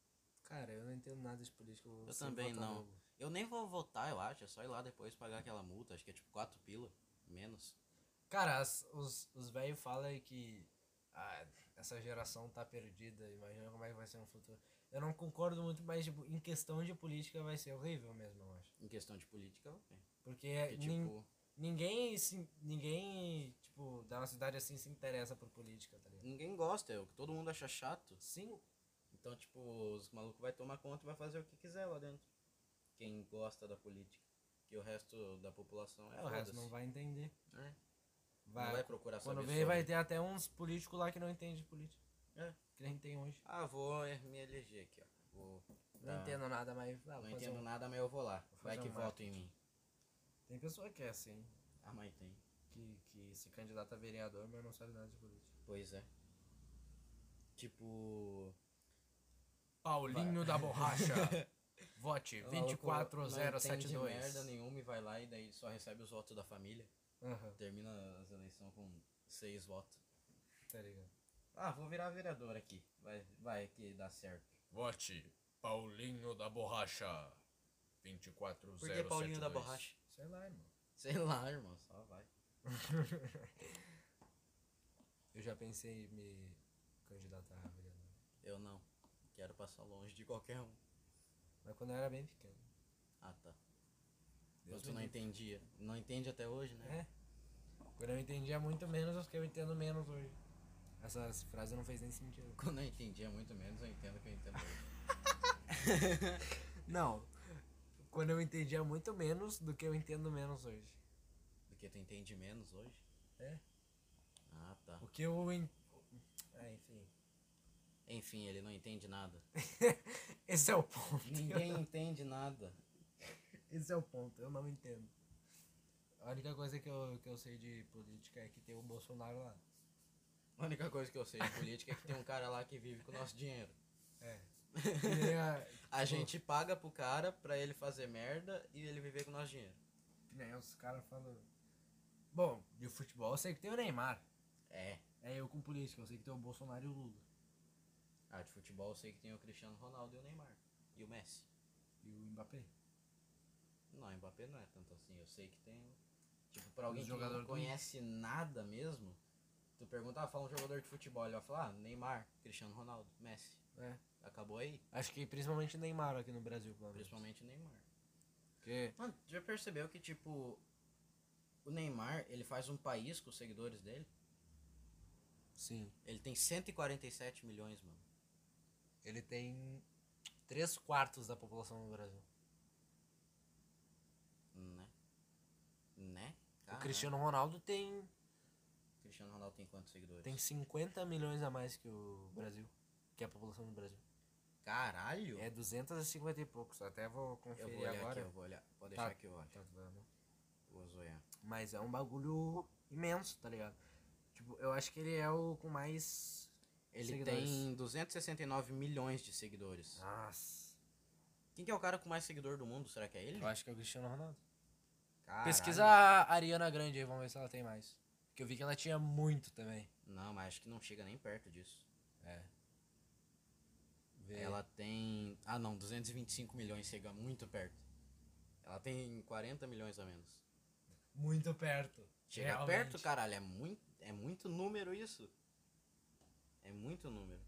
Speaker 1: Cara, eu não entendo nada de política. vou
Speaker 2: Eu
Speaker 1: sempre
Speaker 2: também
Speaker 1: votar
Speaker 2: não.
Speaker 1: nulo.
Speaker 2: Eu nem vou votar, eu acho. É só ir lá depois pagar aquela multa. Acho que é tipo 4 pila, menos.
Speaker 1: Cara, as- os, os velhos falam aí que ah, essa geração tá perdida. Imagina como é que vai ser no futuro. Eu não concordo muito, mas tipo, em questão de política vai ser horrível mesmo, eu acho.
Speaker 2: Em questão de política, ok.
Speaker 1: Porque
Speaker 2: Porque,
Speaker 1: nin-
Speaker 2: tipo,
Speaker 1: ninguém, se, ninguém, tipo, da nossa cidade assim se interessa por política, tá ligado?
Speaker 2: ninguém gosta, é o que todo mundo acha chato.
Speaker 1: Sim,
Speaker 2: Então, tipo, os malucos vai tomar conta e vai fazer o que quiser lá dentro. Quem gosta da política. Que o resto da população é
Speaker 1: o resto não
Speaker 2: foda-se.
Speaker 1: vai entender.
Speaker 2: É.
Speaker 1: Vai,
Speaker 2: Não vai procurar
Speaker 1: Quando
Speaker 2: saber
Speaker 1: vem vai
Speaker 2: sobre.
Speaker 1: ter até uns políticos lá que não entendem de política.
Speaker 2: É.
Speaker 1: Que nem tem hoje.
Speaker 2: Ah, vou eh, me eleger aqui, ó. Vou
Speaker 1: Não
Speaker 2: dar-
Speaker 1: entendo nada, mas. Ah,
Speaker 2: Não
Speaker 1: Tá, vou fazer
Speaker 2: entendo
Speaker 1: um-
Speaker 2: nada, mas eu vou lá.
Speaker 1: Vou
Speaker 2: Vai
Speaker 1: fazer
Speaker 2: que
Speaker 1: um
Speaker 2: vota em mim.
Speaker 1: Tem pessoa que é assim,
Speaker 2: Ah, mas tem.
Speaker 1: que, que se candidata a vereador, mas não sabe nada de política.
Speaker 2: Pois é. Tipo.
Speaker 1: Paulinho da *laughs* Borracha. Vote
Speaker 2: o maluco Não entende
Speaker 1: 24072.
Speaker 2: merda nenhuma e vai lá e daí só recebe os votos da família.
Speaker 1: Aham,
Speaker 2: Termina as eleições com seis votos.
Speaker 1: tá ligado.
Speaker 2: Ah, vou virar vereador aqui. Vai, vai que dá certo.
Speaker 3: Vote Paulinho da Borracha. 24072.
Speaker 2: Por que Paulinho da Borracha?
Speaker 1: Sei lá, irmão.
Speaker 2: Sei lá, irmão, só vai.
Speaker 1: Eu já pensei em me candidatar a vereador.
Speaker 2: Eu não. Quero passar longe de qualquer um.
Speaker 1: Mas quando eu era bem pequeno.
Speaker 2: Ah, tá.
Speaker 1: Deus
Speaker 2: Mas tu
Speaker 1: me
Speaker 2: não
Speaker 1: livre.
Speaker 2: entendia. Não entende até hoje, né?
Speaker 1: É. Quando eu entendia muito menos, acho que eu entendo menos hoje. Essa frase não fez nem sentido.
Speaker 2: *laughs* Quando eu entendia muito menos, eu entendo que eu entendo hoje.
Speaker 1: Não. Quando eu entendia muito menos do que eu entendo menos hoje.
Speaker 2: Do que tu entende menos hoje?
Speaker 1: É.
Speaker 2: Ah, tá.
Speaker 1: O que eu. En... Ah, enfim.
Speaker 2: Enfim, ele não entende *laughs* nada.
Speaker 1: Esse é o ponto.
Speaker 2: Ninguém entende nada.
Speaker 1: Esse é o ponto, eu não entendo. A única coisa que eu, que eu sei de política é que tem o Bolsonaro lá.
Speaker 2: A única coisa que eu *laughs* sei de política é que tem um cara lá que vive com o nosso dinheiro.
Speaker 1: É. Que nem a-
Speaker 2: A gente paga pro cara pra ele fazer merda e ele viver com o nosso dinheiro.
Speaker 1: que nem os caras falam. Bom, de futebol eu sei que tem o Neymar.
Speaker 2: É.
Speaker 1: É eu com política, eu sei que tem o Bolsonaro e o Lula.
Speaker 2: Ah, de futebol eu sei que tem o Cristiano Ronaldo e o Neymar. E o Messi.
Speaker 1: E o Mbappé.
Speaker 2: Não, o Mbappé não é tanto assim. Eu sei que tem. Tipo, pra alguém
Speaker 1: Os
Speaker 2: que não
Speaker 1: jogadores do-
Speaker 2: conhece nada mesmo, tu pergunta, ah, fala um jogador de futebol. Ele vai falar, ah, Neymar, Cristiano Ronaldo, Messi.
Speaker 1: É.
Speaker 2: Acabou aí.
Speaker 1: Acho que principalmente o Neymar aqui no Brasil, pelo menos.
Speaker 2: Principalmente o Neymar.
Speaker 1: Porque
Speaker 2: Mano, tu já percebeu que, tipo, o Neymar, ele faz um país com os seguidores dele?
Speaker 1: Sim.
Speaker 2: Ele tem 147 milhões, mano.
Speaker 1: Ele tem 3 quartos da população do Brasil.
Speaker 2: Né? Né?
Speaker 1: o
Speaker 2: Caralho.
Speaker 1: Cristiano Ronaldo tem,
Speaker 2: Cristiano Ronaldo tem quantos seguidores?
Speaker 1: tem 50 milhões a mais que o Brasil. Que é a população do Brasil.
Speaker 2: Caralho!
Speaker 1: É 250 e poucos. Até vou
Speaker 2: eu vou
Speaker 1: conferir
Speaker 2: olhar
Speaker 1: agora.
Speaker 2: aqui, eu vou olhar. Pode deixar
Speaker 1: Tá.
Speaker 2: que eu olho.
Speaker 1: Tá tudo bem.
Speaker 2: Vou zoiar.
Speaker 1: Mas é um bagulho imenso, tá ligado? Tipo, eu acho que ele é o com mais.
Speaker 2: Ele
Speaker 1: seguidores. Ah.
Speaker 2: tem 269 milhões de seguidores.
Speaker 1: Nossa.
Speaker 2: Quem que é o cara com mais seguidor do mundo? Será que é ele?
Speaker 1: Eu acho que é o Cristiano Ronaldo.
Speaker 2: Caralho.
Speaker 1: Pesquisa a Ariana Grande aí, vamos ver se ela tem mais. Porque eu vi que ela tinha muito também.
Speaker 2: Não, mas acho que não chega nem perto disso.
Speaker 1: É.
Speaker 2: Ela tem. Ah, não, 225 milhões, chega muito perto. Ela tem 40 milhões a menos.
Speaker 1: Muito perto.
Speaker 2: Chega perto, caralho, é muito, é muito número isso. É muito número.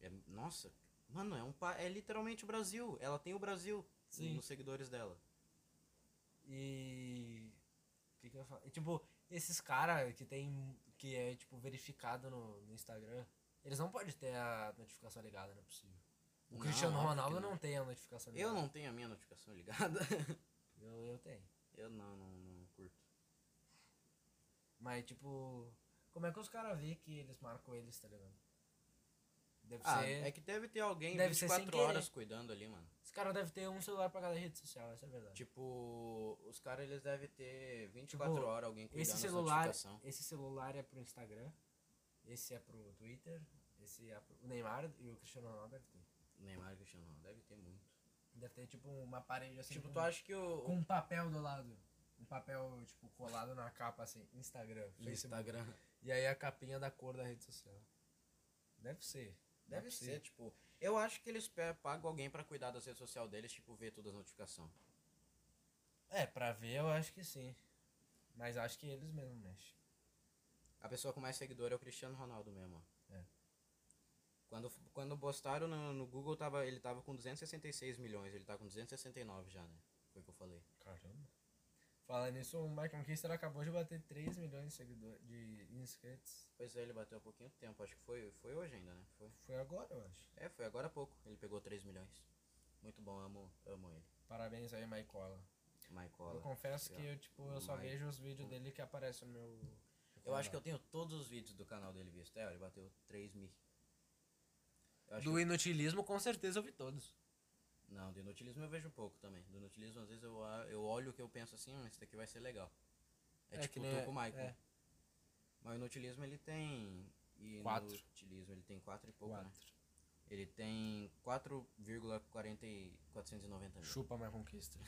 Speaker 2: É- nossa, mano, é, um, pa- é literalmente o Brasil. Ela tem o Brasil
Speaker 1: Sim.
Speaker 2: nos seguidores dela.
Speaker 1: E. O que, que eu ia falar? E, tipo, esses caras que tem. que é, tipo, verificado no, no Instagram, eles não podem ter a notificação ligada, não é possível. O
Speaker 2: Não,
Speaker 1: Cristiano
Speaker 2: óbvio que
Speaker 1: Ronaldo
Speaker 2: não.
Speaker 1: não tem a notificação ligada.
Speaker 2: Eu não tenho a minha notificação *laughs* ligada.
Speaker 1: Eu, eu tenho.
Speaker 2: Eu não, não, não curto.
Speaker 1: Mas, tipo, como é que os caras vê que eles marcam eles, tá ligado? Deve
Speaker 2: Ah,
Speaker 1: ser.
Speaker 2: é que deve ter alguém
Speaker 1: Deve ser sem
Speaker 2: 24 horas cuidando ali, mano.
Speaker 1: Esse cara deve ter um celular pra cada rede social, essa é a verdade.
Speaker 2: Tipo, os caras eles devem ter 24
Speaker 1: Tipo,
Speaker 2: horas alguém cuidando
Speaker 1: esse
Speaker 2: da
Speaker 1: celular,
Speaker 2: notificação.
Speaker 1: esse celular é pro Instagram, esse é pro Twitter, esse é pro o Neymar e o Cristiano Ronaldo deve ter.
Speaker 2: Neymar e Cristiano Ronaldo, deve ter muito.
Speaker 1: Deve ter tipo uma parede assim
Speaker 2: Tipo,
Speaker 1: com,
Speaker 2: tu acha que o,
Speaker 1: com um papel do lado, um papel tipo colado na capa assim, Instagram,
Speaker 2: o
Speaker 1: Facebook.
Speaker 2: Instagram
Speaker 1: E aí a capinha da cor da rede social. Deve ser.
Speaker 2: Deve ser, tipo. Eu acho que eles pe- pagam alguém pra cuidar das redes sociais deles, tipo, ver todas as notificações.
Speaker 1: É, pra ver eu acho que sim. Mas acho que eles mesmos mexem.
Speaker 2: A pessoa com mais seguidor é o Cristiano Ronaldo mesmo, ó.
Speaker 1: É.
Speaker 2: Quando, quando postaram no, no Google, tava, ele tava com 266 milhões, ele tá com 269 já, né? Foi o que eu falei.
Speaker 1: Caramba. Falando nisso, o Michael Kister acabou de bater 3 milhões de seguidores de inscritos.
Speaker 2: Pois é, ele bateu há pouquinho tempo, acho que foi, foi hoje ainda, né? Foi.
Speaker 1: Foi agora, eu acho.
Speaker 2: É, foi agora há pouco. Ele pegou 3 milhões. Muito bom, amo, amo ele.
Speaker 1: Parabéns aí, Maicola.
Speaker 2: Michael.
Speaker 1: Eu confesso que eu, tipo, eu só
Speaker 2: Mike.
Speaker 1: vejo os vídeos dele que aparecem no meu.
Speaker 2: Eu acho que eu tenho todos os vídeos do canal dele visto. É, ele bateu 3 mil. Eu acho que
Speaker 1: Do inutilismo, com certeza eu vi todos.
Speaker 2: Não, do inutilismo eu vejo pouco também. Do inutilismo, às vezes, eu, a- eu olho o que eu penso assim, hum, esse daqui vai ser legal. É,
Speaker 1: É
Speaker 2: tipo
Speaker 1: que
Speaker 2: o
Speaker 1: nem-
Speaker 2: Tuco Michael.
Speaker 1: é.
Speaker 2: Mas o inutilismo ele tem. E
Speaker 1: Quatro.
Speaker 2: No inutilismo ele tem 4 e pouco, né? Ele tem 4,490 mil.
Speaker 1: Chupa Michael *laughs* Kister.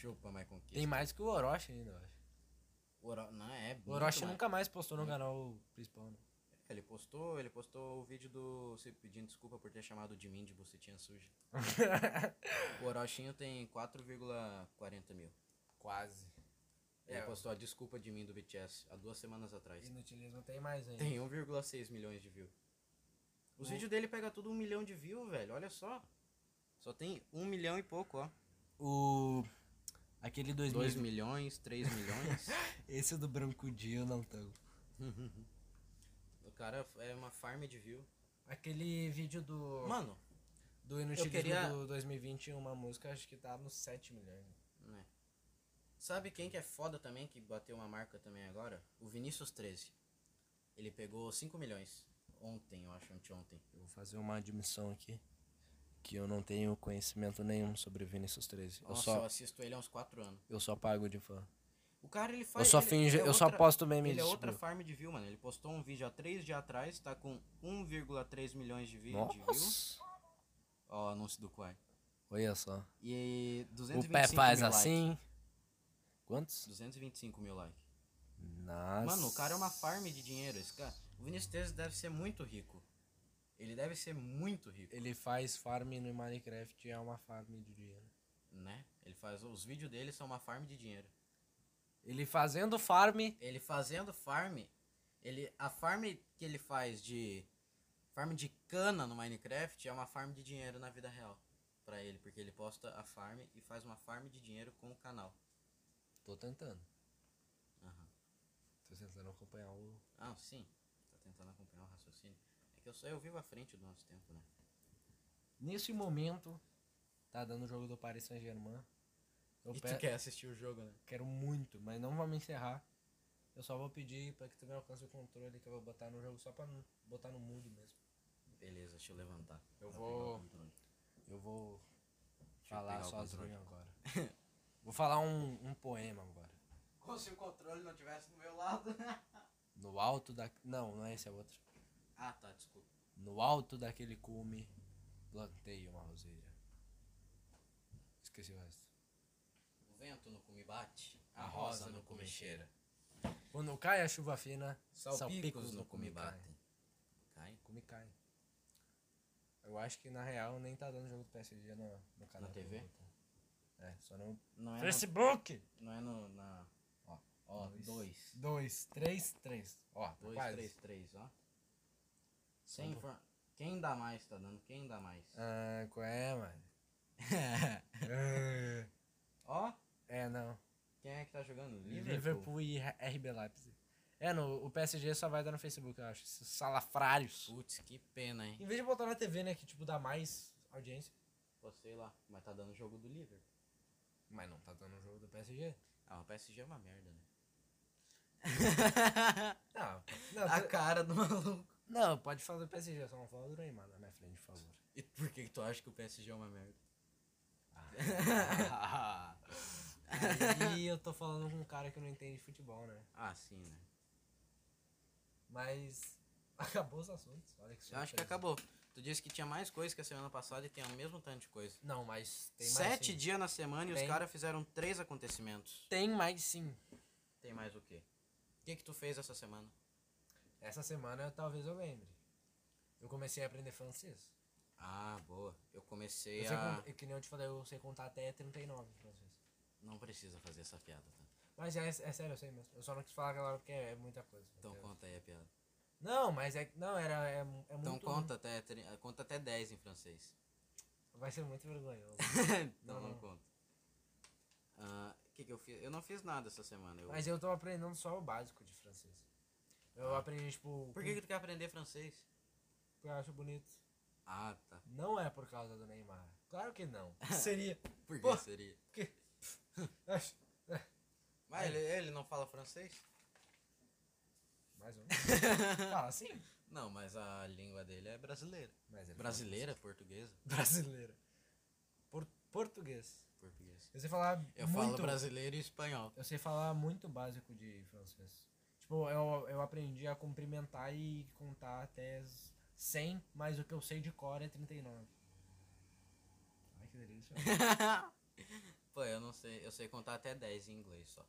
Speaker 2: Chupa, mais conquista.
Speaker 1: Tem mais que o Orochi ainda, eu acho.
Speaker 2: O Oro... Não, é.
Speaker 1: O
Speaker 2: muito
Speaker 1: Orochi
Speaker 2: mais.
Speaker 1: nunca mais postou no canal principal, né?
Speaker 2: Ele postou, ele postou o vídeo do. Se pedindo desculpa por ter chamado de mim de
Speaker 1: *laughs*
Speaker 2: bucetinha suja. o Orochinho tem 4,40 mil.
Speaker 1: Quase.
Speaker 2: Ele
Speaker 1: É.
Speaker 2: postou a desculpa de mim do BTS há duas semanas atrás. um
Speaker 1: Inutilismo tem mais ainda.
Speaker 2: Tem 1,6 milhões de views. Os vídeos dele pega tudo um milhão de views, velho. Olha só. Só tem um milhão e pouco, ó.
Speaker 1: O. Aquele 2000.
Speaker 2: Dois milhões, *laughs* três milhões.
Speaker 1: Esse do Brancudinho não tanto.
Speaker 2: o cara é uma farm de view.
Speaker 1: Aquele vídeo do.
Speaker 2: Mano,
Speaker 1: do Inutilismo
Speaker 2: queria-
Speaker 1: do 2020, uma música, acho que tá nos 7 milhões.
Speaker 2: né. Sabe quem que é foda também, que bateu uma marca também agora? O Vinícius 13. Ele pegou 5 milhões. Ontem, eu acho, anteontem.
Speaker 1: Eu vou fazer uma admissão aqui. Que eu não tenho conhecimento nenhum sobre Vinicius 13.
Speaker 2: Nossa, eu, assisto ele há uns 4 anos.
Speaker 1: eu só pago de fã.
Speaker 2: O cara, ele faz...
Speaker 1: Eu só
Speaker 2: ele-
Speaker 1: finge-
Speaker 2: ele é
Speaker 1: eu só
Speaker 2: outra-
Speaker 1: posto meme
Speaker 2: Ele é
Speaker 1: de,
Speaker 2: outra
Speaker 1: tipo-
Speaker 2: farm de view, mano. Ele postou um vídeo há 3 dias atrás, tá com 1,3 milhões de, vi de views.
Speaker 1: Nossa!
Speaker 2: Ó, o anúncio do Quai.
Speaker 1: Olha só.
Speaker 2: E 225
Speaker 1: O pé faz
Speaker 2: mil likes.
Speaker 1: assim. Quantos?
Speaker 2: 225 mil likes.
Speaker 1: Nossa.
Speaker 2: Mano, o cara é uma farm de dinheiro. Esse cara, o Vinícius Tese deve ser muito rico. Ele deve ser muito rico,
Speaker 1: Ele faz farm no Minecraft e é uma farm de dinheiro.
Speaker 2: né? Ele faz os vídeos dele são uma farm de dinheiro.
Speaker 1: Ele fazendo farm.
Speaker 2: Ele fazendo farm, ele a farm que ele faz de farm de cana no Minecraft é uma farm de dinheiro na vida real pra ele, porque ele posta a farm e faz uma farm de dinheiro com o canal.
Speaker 1: Tô tentando.
Speaker 2: Aham.
Speaker 1: Tô tentando acompanhar o.
Speaker 2: Ah, sim. Tá tentando acompanhar o raciocínio. É que eu sou eu vivo à frente do nosso tempo, né?
Speaker 1: Nesse momento, tá dando o jogo do Paris Saint-Germain. Eu
Speaker 2: E
Speaker 1: pe-
Speaker 2: tu quer assistir o jogo, né?
Speaker 1: quero muito, mas não vamos encerrar. Eu só vou pedir pra que tu me alcance o controle que eu vou botar no jogo só pra não botar no mudo mesmo.
Speaker 2: Beleza, deixa eu levantar.
Speaker 1: Eu
Speaker 2: pra
Speaker 1: vou-
Speaker 2: pegar o controle.
Speaker 1: Eu vou
Speaker 2: eu
Speaker 1: falar
Speaker 2: pegar o
Speaker 1: sozinho agora.
Speaker 2: *laughs*
Speaker 1: vou falar um, um poema agora.
Speaker 2: Como se o controle não tivesse do meu lado. né?
Speaker 1: No alto da. Não, não é esse, é outro.
Speaker 2: ah, tá, desculpa.
Speaker 1: No alto daquele cume, plantei uma roseira. Esqueci o resto.
Speaker 2: O vento no cume bate, a rosa no cume cheira.
Speaker 1: Quando cai a chuva fina,
Speaker 2: Salpicos no cume batem. Cai?
Speaker 1: Cume cai. Eu acho que na real nem tá dando jogo do PSG no, no canal.
Speaker 2: Na
Speaker 1: do
Speaker 2: TV?
Speaker 1: Guto. É, só no.
Speaker 2: Não é, no,
Speaker 1: Facebook!
Speaker 2: não é no. Na... Ó, ó, dois.
Speaker 1: 2, 3, 3. Ó, tá
Speaker 2: Dois,
Speaker 1: quase.
Speaker 2: três, três, ó. Sem infor... Quem dá mais tá dando? Quem dá mais?
Speaker 1: Ah, qual é, mano?
Speaker 2: *laughs*
Speaker 1: Ah,
Speaker 2: ó,
Speaker 1: é, não.
Speaker 2: quem é que tá jogando?
Speaker 1: Liverpool, e RB Leipzig. É, no, o PSG só vai dar no Facebook, eu acho. Esses salafrários.
Speaker 2: Putz, que pena, hein?
Speaker 1: Em vez de botar na TV, né? Que tipo dá mais audiência.
Speaker 2: Pô, sei lá, mas tá dando jogo do Liverpool.
Speaker 1: Mas não tá dando o jogo do PSG.
Speaker 2: Ah, o PSG é uma merda, né?
Speaker 1: Não,
Speaker 2: *laughs* A
Speaker 1: não, tá-
Speaker 2: cara do maluco.
Speaker 1: não, pode falar do PSG, só não fala do Neymar na minha frente, por *laughs* favor.
Speaker 2: E por que, que tu acha que o PSG é uma merda? Ah.
Speaker 1: E eu tô falando com um cara que não entende futebol, né?
Speaker 2: *laughs* ah, sim, né?
Speaker 1: Mas *laughs* acabou os assuntos. Olha que
Speaker 2: Eu acho que
Speaker 1: surpresa.
Speaker 2: acabou. Tu disse que tinha mais coisa que a semana passada e tem o mesmo tanto de coisa.
Speaker 1: Não, mas tem mais.
Speaker 2: Sete
Speaker 1: sim.
Speaker 2: dias na semana e
Speaker 1: Tem.
Speaker 2: os caras fizeram três acontecimentos.
Speaker 1: Tem mais sim.
Speaker 2: Tem mais o quê? O que que tu fez essa semana?
Speaker 1: Essa semana talvez eu lembre. Eu comecei a aprender francês.
Speaker 2: Ah, boa. Eu
Speaker 1: Eu
Speaker 2: comecei
Speaker 1: sei
Speaker 2: a...
Speaker 1: con- é que nem eu te falei, eu sei contar até 39 em francês.
Speaker 2: Não precisa fazer essa piada, tá?
Speaker 1: Mas é, é sério, eu sei mesmo. Eu só não quis falar agora porque é, é muita coisa.
Speaker 2: Então
Speaker 1: entendeu?
Speaker 2: conta aí a piada.
Speaker 1: Não, mas é. Não, era. É, é muito.
Speaker 2: Então conta até, tri- conta até 10 em francês. *laughs*
Speaker 1: Vai ser muito vergonhoso.
Speaker 2: então não,
Speaker 1: Não.
Speaker 2: conta. Ah, O que que eu fiz? Eu não fiz nada essa semana. eu-
Speaker 1: mas eu tô aprendendo só o básico de francês. Eu aprendi, tipo.
Speaker 2: Ah. Por que que tu quer aprender francês?
Speaker 1: Porque eu acho bonito.
Speaker 2: Ah, tá.
Speaker 1: Não é por causa do Neymar. Claro que
Speaker 2: *laughs*
Speaker 1: não. Seria.
Speaker 2: Por que
Speaker 1: Pô.
Speaker 2: seria?
Speaker 1: Porque.
Speaker 2: Mas ele, ele não fala francês?
Speaker 1: Mais um.
Speaker 2: *laughs*
Speaker 1: Fala assim.
Speaker 2: Não, mas a língua dele é brasileira.
Speaker 1: Mas ele
Speaker 2: Brasileira, portuguesa,
Speaker 1: fala Brasileiro. Por, português.
Speaker 2: portuguesa.
Speaker 1: Eu sei falar.
Speaker 2: Eu falo
Speaker 1: muito,
Speaker 2: brasileiro e espanhol.
Speaker 1: Eu sei falar muito básico de francês. Tipo, eu, eu aprendi a cumprimentar e contar até as 100, mas o que eu sei de cor é 39. Ai, que delícia.
Speaker 2: Pô, eu não sei, eu sei contar até 10 em inglês *laughs* só.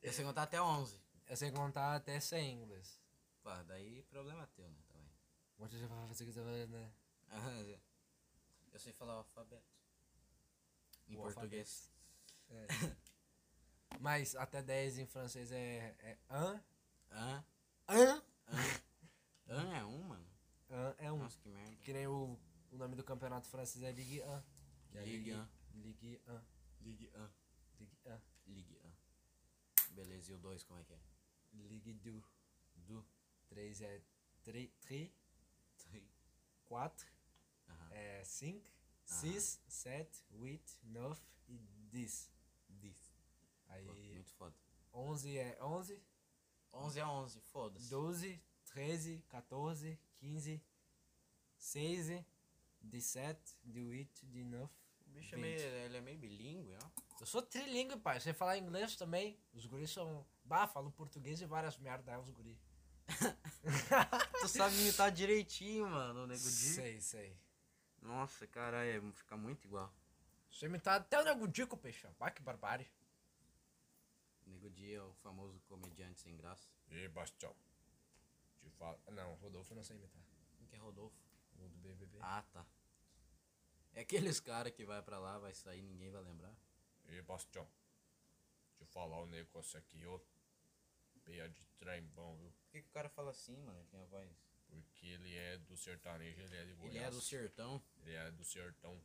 Speaker 2: eu sei contar até 11.
Speaker 1: *laughs* eu sei contar até 100 em inglês.
Speaker 2: Pô, daí problema teu, né, também.
Speaker 1: Onde você vai fazer que você vai, né?
Speaker 2: *laughs* Eu sei falar o alfabeto. Em
Speaker 1: O
Speaker 2: português.
Speaker 1: É. *laughs* Mas até 10 em francês é. é un,
Speaker 2: Hã?
Speaker 1: un,
Speaker 2: Hã? Hã é um, mano?
Speaker 1: nome do campeonato francês é Ligue 1. E a
Speaker 2: Ligue 1.
Speaker 1: Ligue 1.
Speaker 2: Ligue 1.
Speaker 1: Ligue 1.
Speaker 2: Ligue 1. Beleza, e o 2 como é *laughs* que é?
Speaker 1: Ligue 2.
Speaker 2: Du.
Speaker 1: 3 é 3, 3
Speaker 2: Tri.
Speaker 1: 4
Speaker 2: Aham.
Speaker 1: é 5, 6, 7, 8, 9 e 10. 10.
Speaker 2: Pô,
Speaker 1: Aí
Speaker 2: Muito foda.
Speaker 1: 11 é 11,
Speaker 2: 11 a 11, foda-se.
Speaker 1: 12, 13, 14, 15, 16, 17, 18, 19.
Speaker 2: O bicho é meio, ele é meio bilíngue, ó.
Speaker 1: Eu sou trilingue, pai. Você falar inglês também, os guris são. Bah, falam português e várias é merdas, aí os guris.
Speaker 2: Tu sabe imitar direitinho, mano, o Nego Di.
Speaker 1: Sei, sei.
Speaker 2: Nossa, caralho, é- fica muito igual.
Speaker 1: Você me tá até o negudico, peixão. Vai que barbárie.
Speaker 2: O Nego Di é o famoso comediante sem graça.
Speaker 3: E Bastião. Te falo.
Speaker 1: Não, Rodolfo eu não sei imitar.
Speaker 2: Quem que é Rodolfo?
Speaker 1: O do BBB.
Speaker 2: Ah, tá. É aqueles cara que vai pra lá, vai sair, ninguém vai lembrar.
Speaker 3: E Bastião. Te falar o negócio aqui, ô. Peia de trem bom, viu?
Speaker 2: Por que, que o cara fala assim, mano? Ele tem a voz.
Speaker 3: Porque ele é do sertanejo, ele é de Goiás.
Speaker 2: Ele é do sertão.
Speaker 3: Ele é do sertão.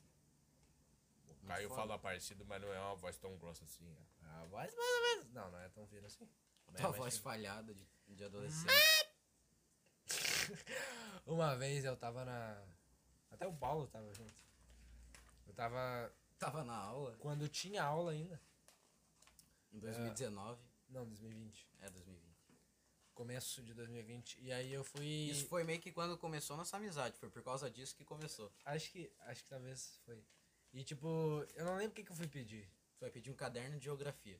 Speaker 3: O Caio
Speaker 2: foda.
Speaker 3: fala parecido, mas não é uma voz tão grossa assim. né?
Speaker 1: A voz mais ou menos. Não, não é tão fina assim.
Speaker 2: Tua
Speaker 1: Mas-
Speaker 2: tá voz falhada de, de adolescente.
Speaker 1: Uma vez eu tava na. Até o Paulo tava junto. Eu tava.
Speaker 2: Tava na aula
Speaker 1: Quando tinha aula ainda.
Speaker 2: em 2019.
Speaker 1: Não, 2020.
Speaker 2: É, 2020.
Speaker 1: Começo de 2020. E aí eu fui.
Speaker 2: Isso foi meio que quando começou nossa amizade. Foi por causa disso que começou.
Speaker 1: Acho que. Acho que talvez foi. E tipo, eu não lembro o que, que eu fui pedir.
Speaker 2: Foi pedir um caderno de geografia.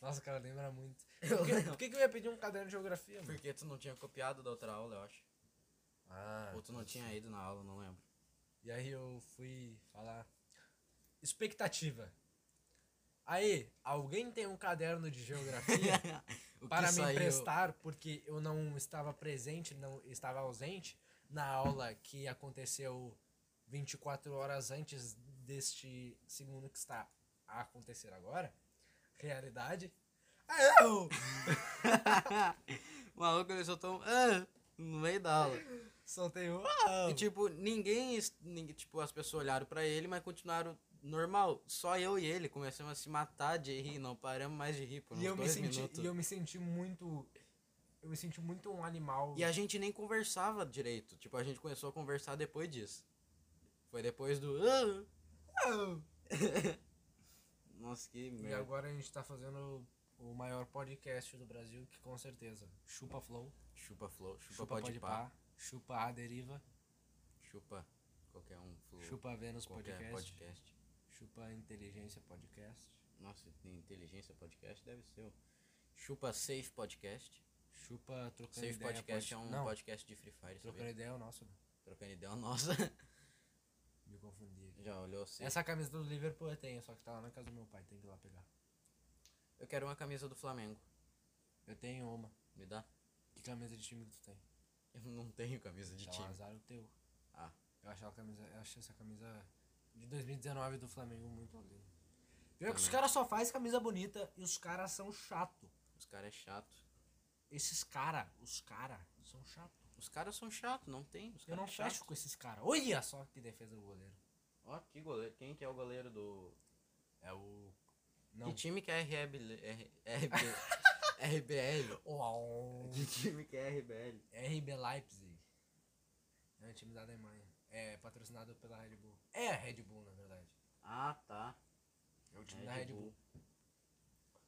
Speaker 1: Nossa, cara, lembra muito.
Speaker 2: *laughs* Eu
Speaker 1: Por que,
Speaker 2: lembro.
Speaker 1: por que, que eu ia pedir um caderno de geografia, mano?
Speaker 2: Porque tu não tinha copiado da outra aula, eu acho.
Speaker 1: Ah.
Speaker 2: Ou tu não tinha ido na aula,
Speaker 1: *laughs*
Speaker 2: não lembro. *laughs*
Speaker 1: E aí eu fui falar. Expectativa. Aí, alguém tem um caderno de geografia?
Speaker 2: *laughs* O que
Speaker 1: para me
Speaker 2: saiu-
Speaker 1: emprestar, porque eu não estava presente, não estava ausente na aula que aconteceu 24 horas antes deste segundo que está a acontecer agora. Realidade. Ah, eu!
Speaker 2: *laughs* o maluco ele soltou um "Ah", no meio da aula.
Speaker 1: Soltei o. Ah,
Speaker 2: E tipo, ninguém, es- ninguém. Tipo, as pessoas olharam pra ele, mas continuaram normal. Só eu e ele começamos a se matar de rir. Não paramos mais de rir por uns
Speaker 1: e eu me
Speaker 2: dois
Speaker 1: senti,
Speaker 2: minutos.
Speaker 1: e eu me senti muito. Eu me senti muito um animal.
Speaker 2: E a gente nem conversava direito. Tipo, a gente começou a conversar depois disso. Foi depois do. "Ah,
Speaker 1: *laughs*
Speaker 2: ah". Nossa, que
Speaker 1: E
Speaker 2: merda.
Speaker 1: agora a gente tá fazendo o maior podcast do Brasil, que com certeza. Chupa Flow,
Speaker 2: Chupa flow, chupa,
Speaker 1: chupa
Speaker 2: pode
Speaker 1: Podpah,
Speaker 2: pá,
Speaker 1: chupa A Deriva,
Speaker 2: chupa qualquer um flow,
Speaker 1: chupa Vênus
Speaker 2: qualquer
Speaker 1: Podcast.
Speaker 2: podcast.
Speaker 1: Chupa Inteligência Podcast.
Speaker 2: Nossa, tem inteligência podcast deve ser. o Chupa Safe Podcast.
Speaker 1: Chupa Trocando
Speaker 2: Safe
Speaker 1: Ideia.
Speaker 2: Podcast é
Speaker 1: pod-
Speaker 2: um
Speaker 1: Não,
Speaker 2: podcast de Free Fire,
Speaker 1: Trocando
Speaker 2: sabia?
Speaker 1: Ideia é o nosso. né?
Speaker 2: Trocando ideia *laughs* nossa.
Speaker 1: Me confundi aqui.
Speaker 2: Já olhou assim.
Speaker 1: Essa camisa do Liverpool eu tenho, só que tá lá na casa do meu pai, tem que ir lá pegar.
Speaker 2: Eu quero uma camisa do Flamengo.
Speaker 1: Eu tenho uma.
Speaker 2: Me dá?
Speaker 1: Que camisa de time que tu tem?
Speaker 2: Eu não tenho camisa de
Speaker 1: Tá um
Speaker 2: time.
Speaker 1: azar o teu.
Speaker 2: Ah.
Speaker 1: Eu achei, a camisa, eu achei essa camisa de 2019 do Flamengo muito linda. Pior que os caras só fazem camisa bonita e os caras são chato.
Speaker 2: Os caras é chato.
Speaker 1: Esses caras, os caras, são chato.
Speaker 2: Os caras são chatos, não tem. Os
Speaker 1: Eu
Speaker 2: cara
Speaker 1: não
Speaker 2: é chato.
Speaker 1: fecho com esses caras. Olha só que defesa do goleiro.
Speaker 2: Ó, que goleiro. Quem que é o goleiro do.
Speaker 1: É o.
Speaker 2: Que
Speaker 1: Não.
Speaker 2: time que é RBL? R- RB
Speaker 1: *laughs*
Speaker 2: *laughs*
Speaker 1: É
Speaker 2: RBL?
Speaker 1: Uau.
Speaker 2: Que time que é RBL?
Speaker 1: RB Leipzig. É um time da Alemanha. É patrocinado pela Red Bull. É a Red Bull, na verdade.
Speaker 2: Ah, tá.
Speaker 1: É o time da Red Bull.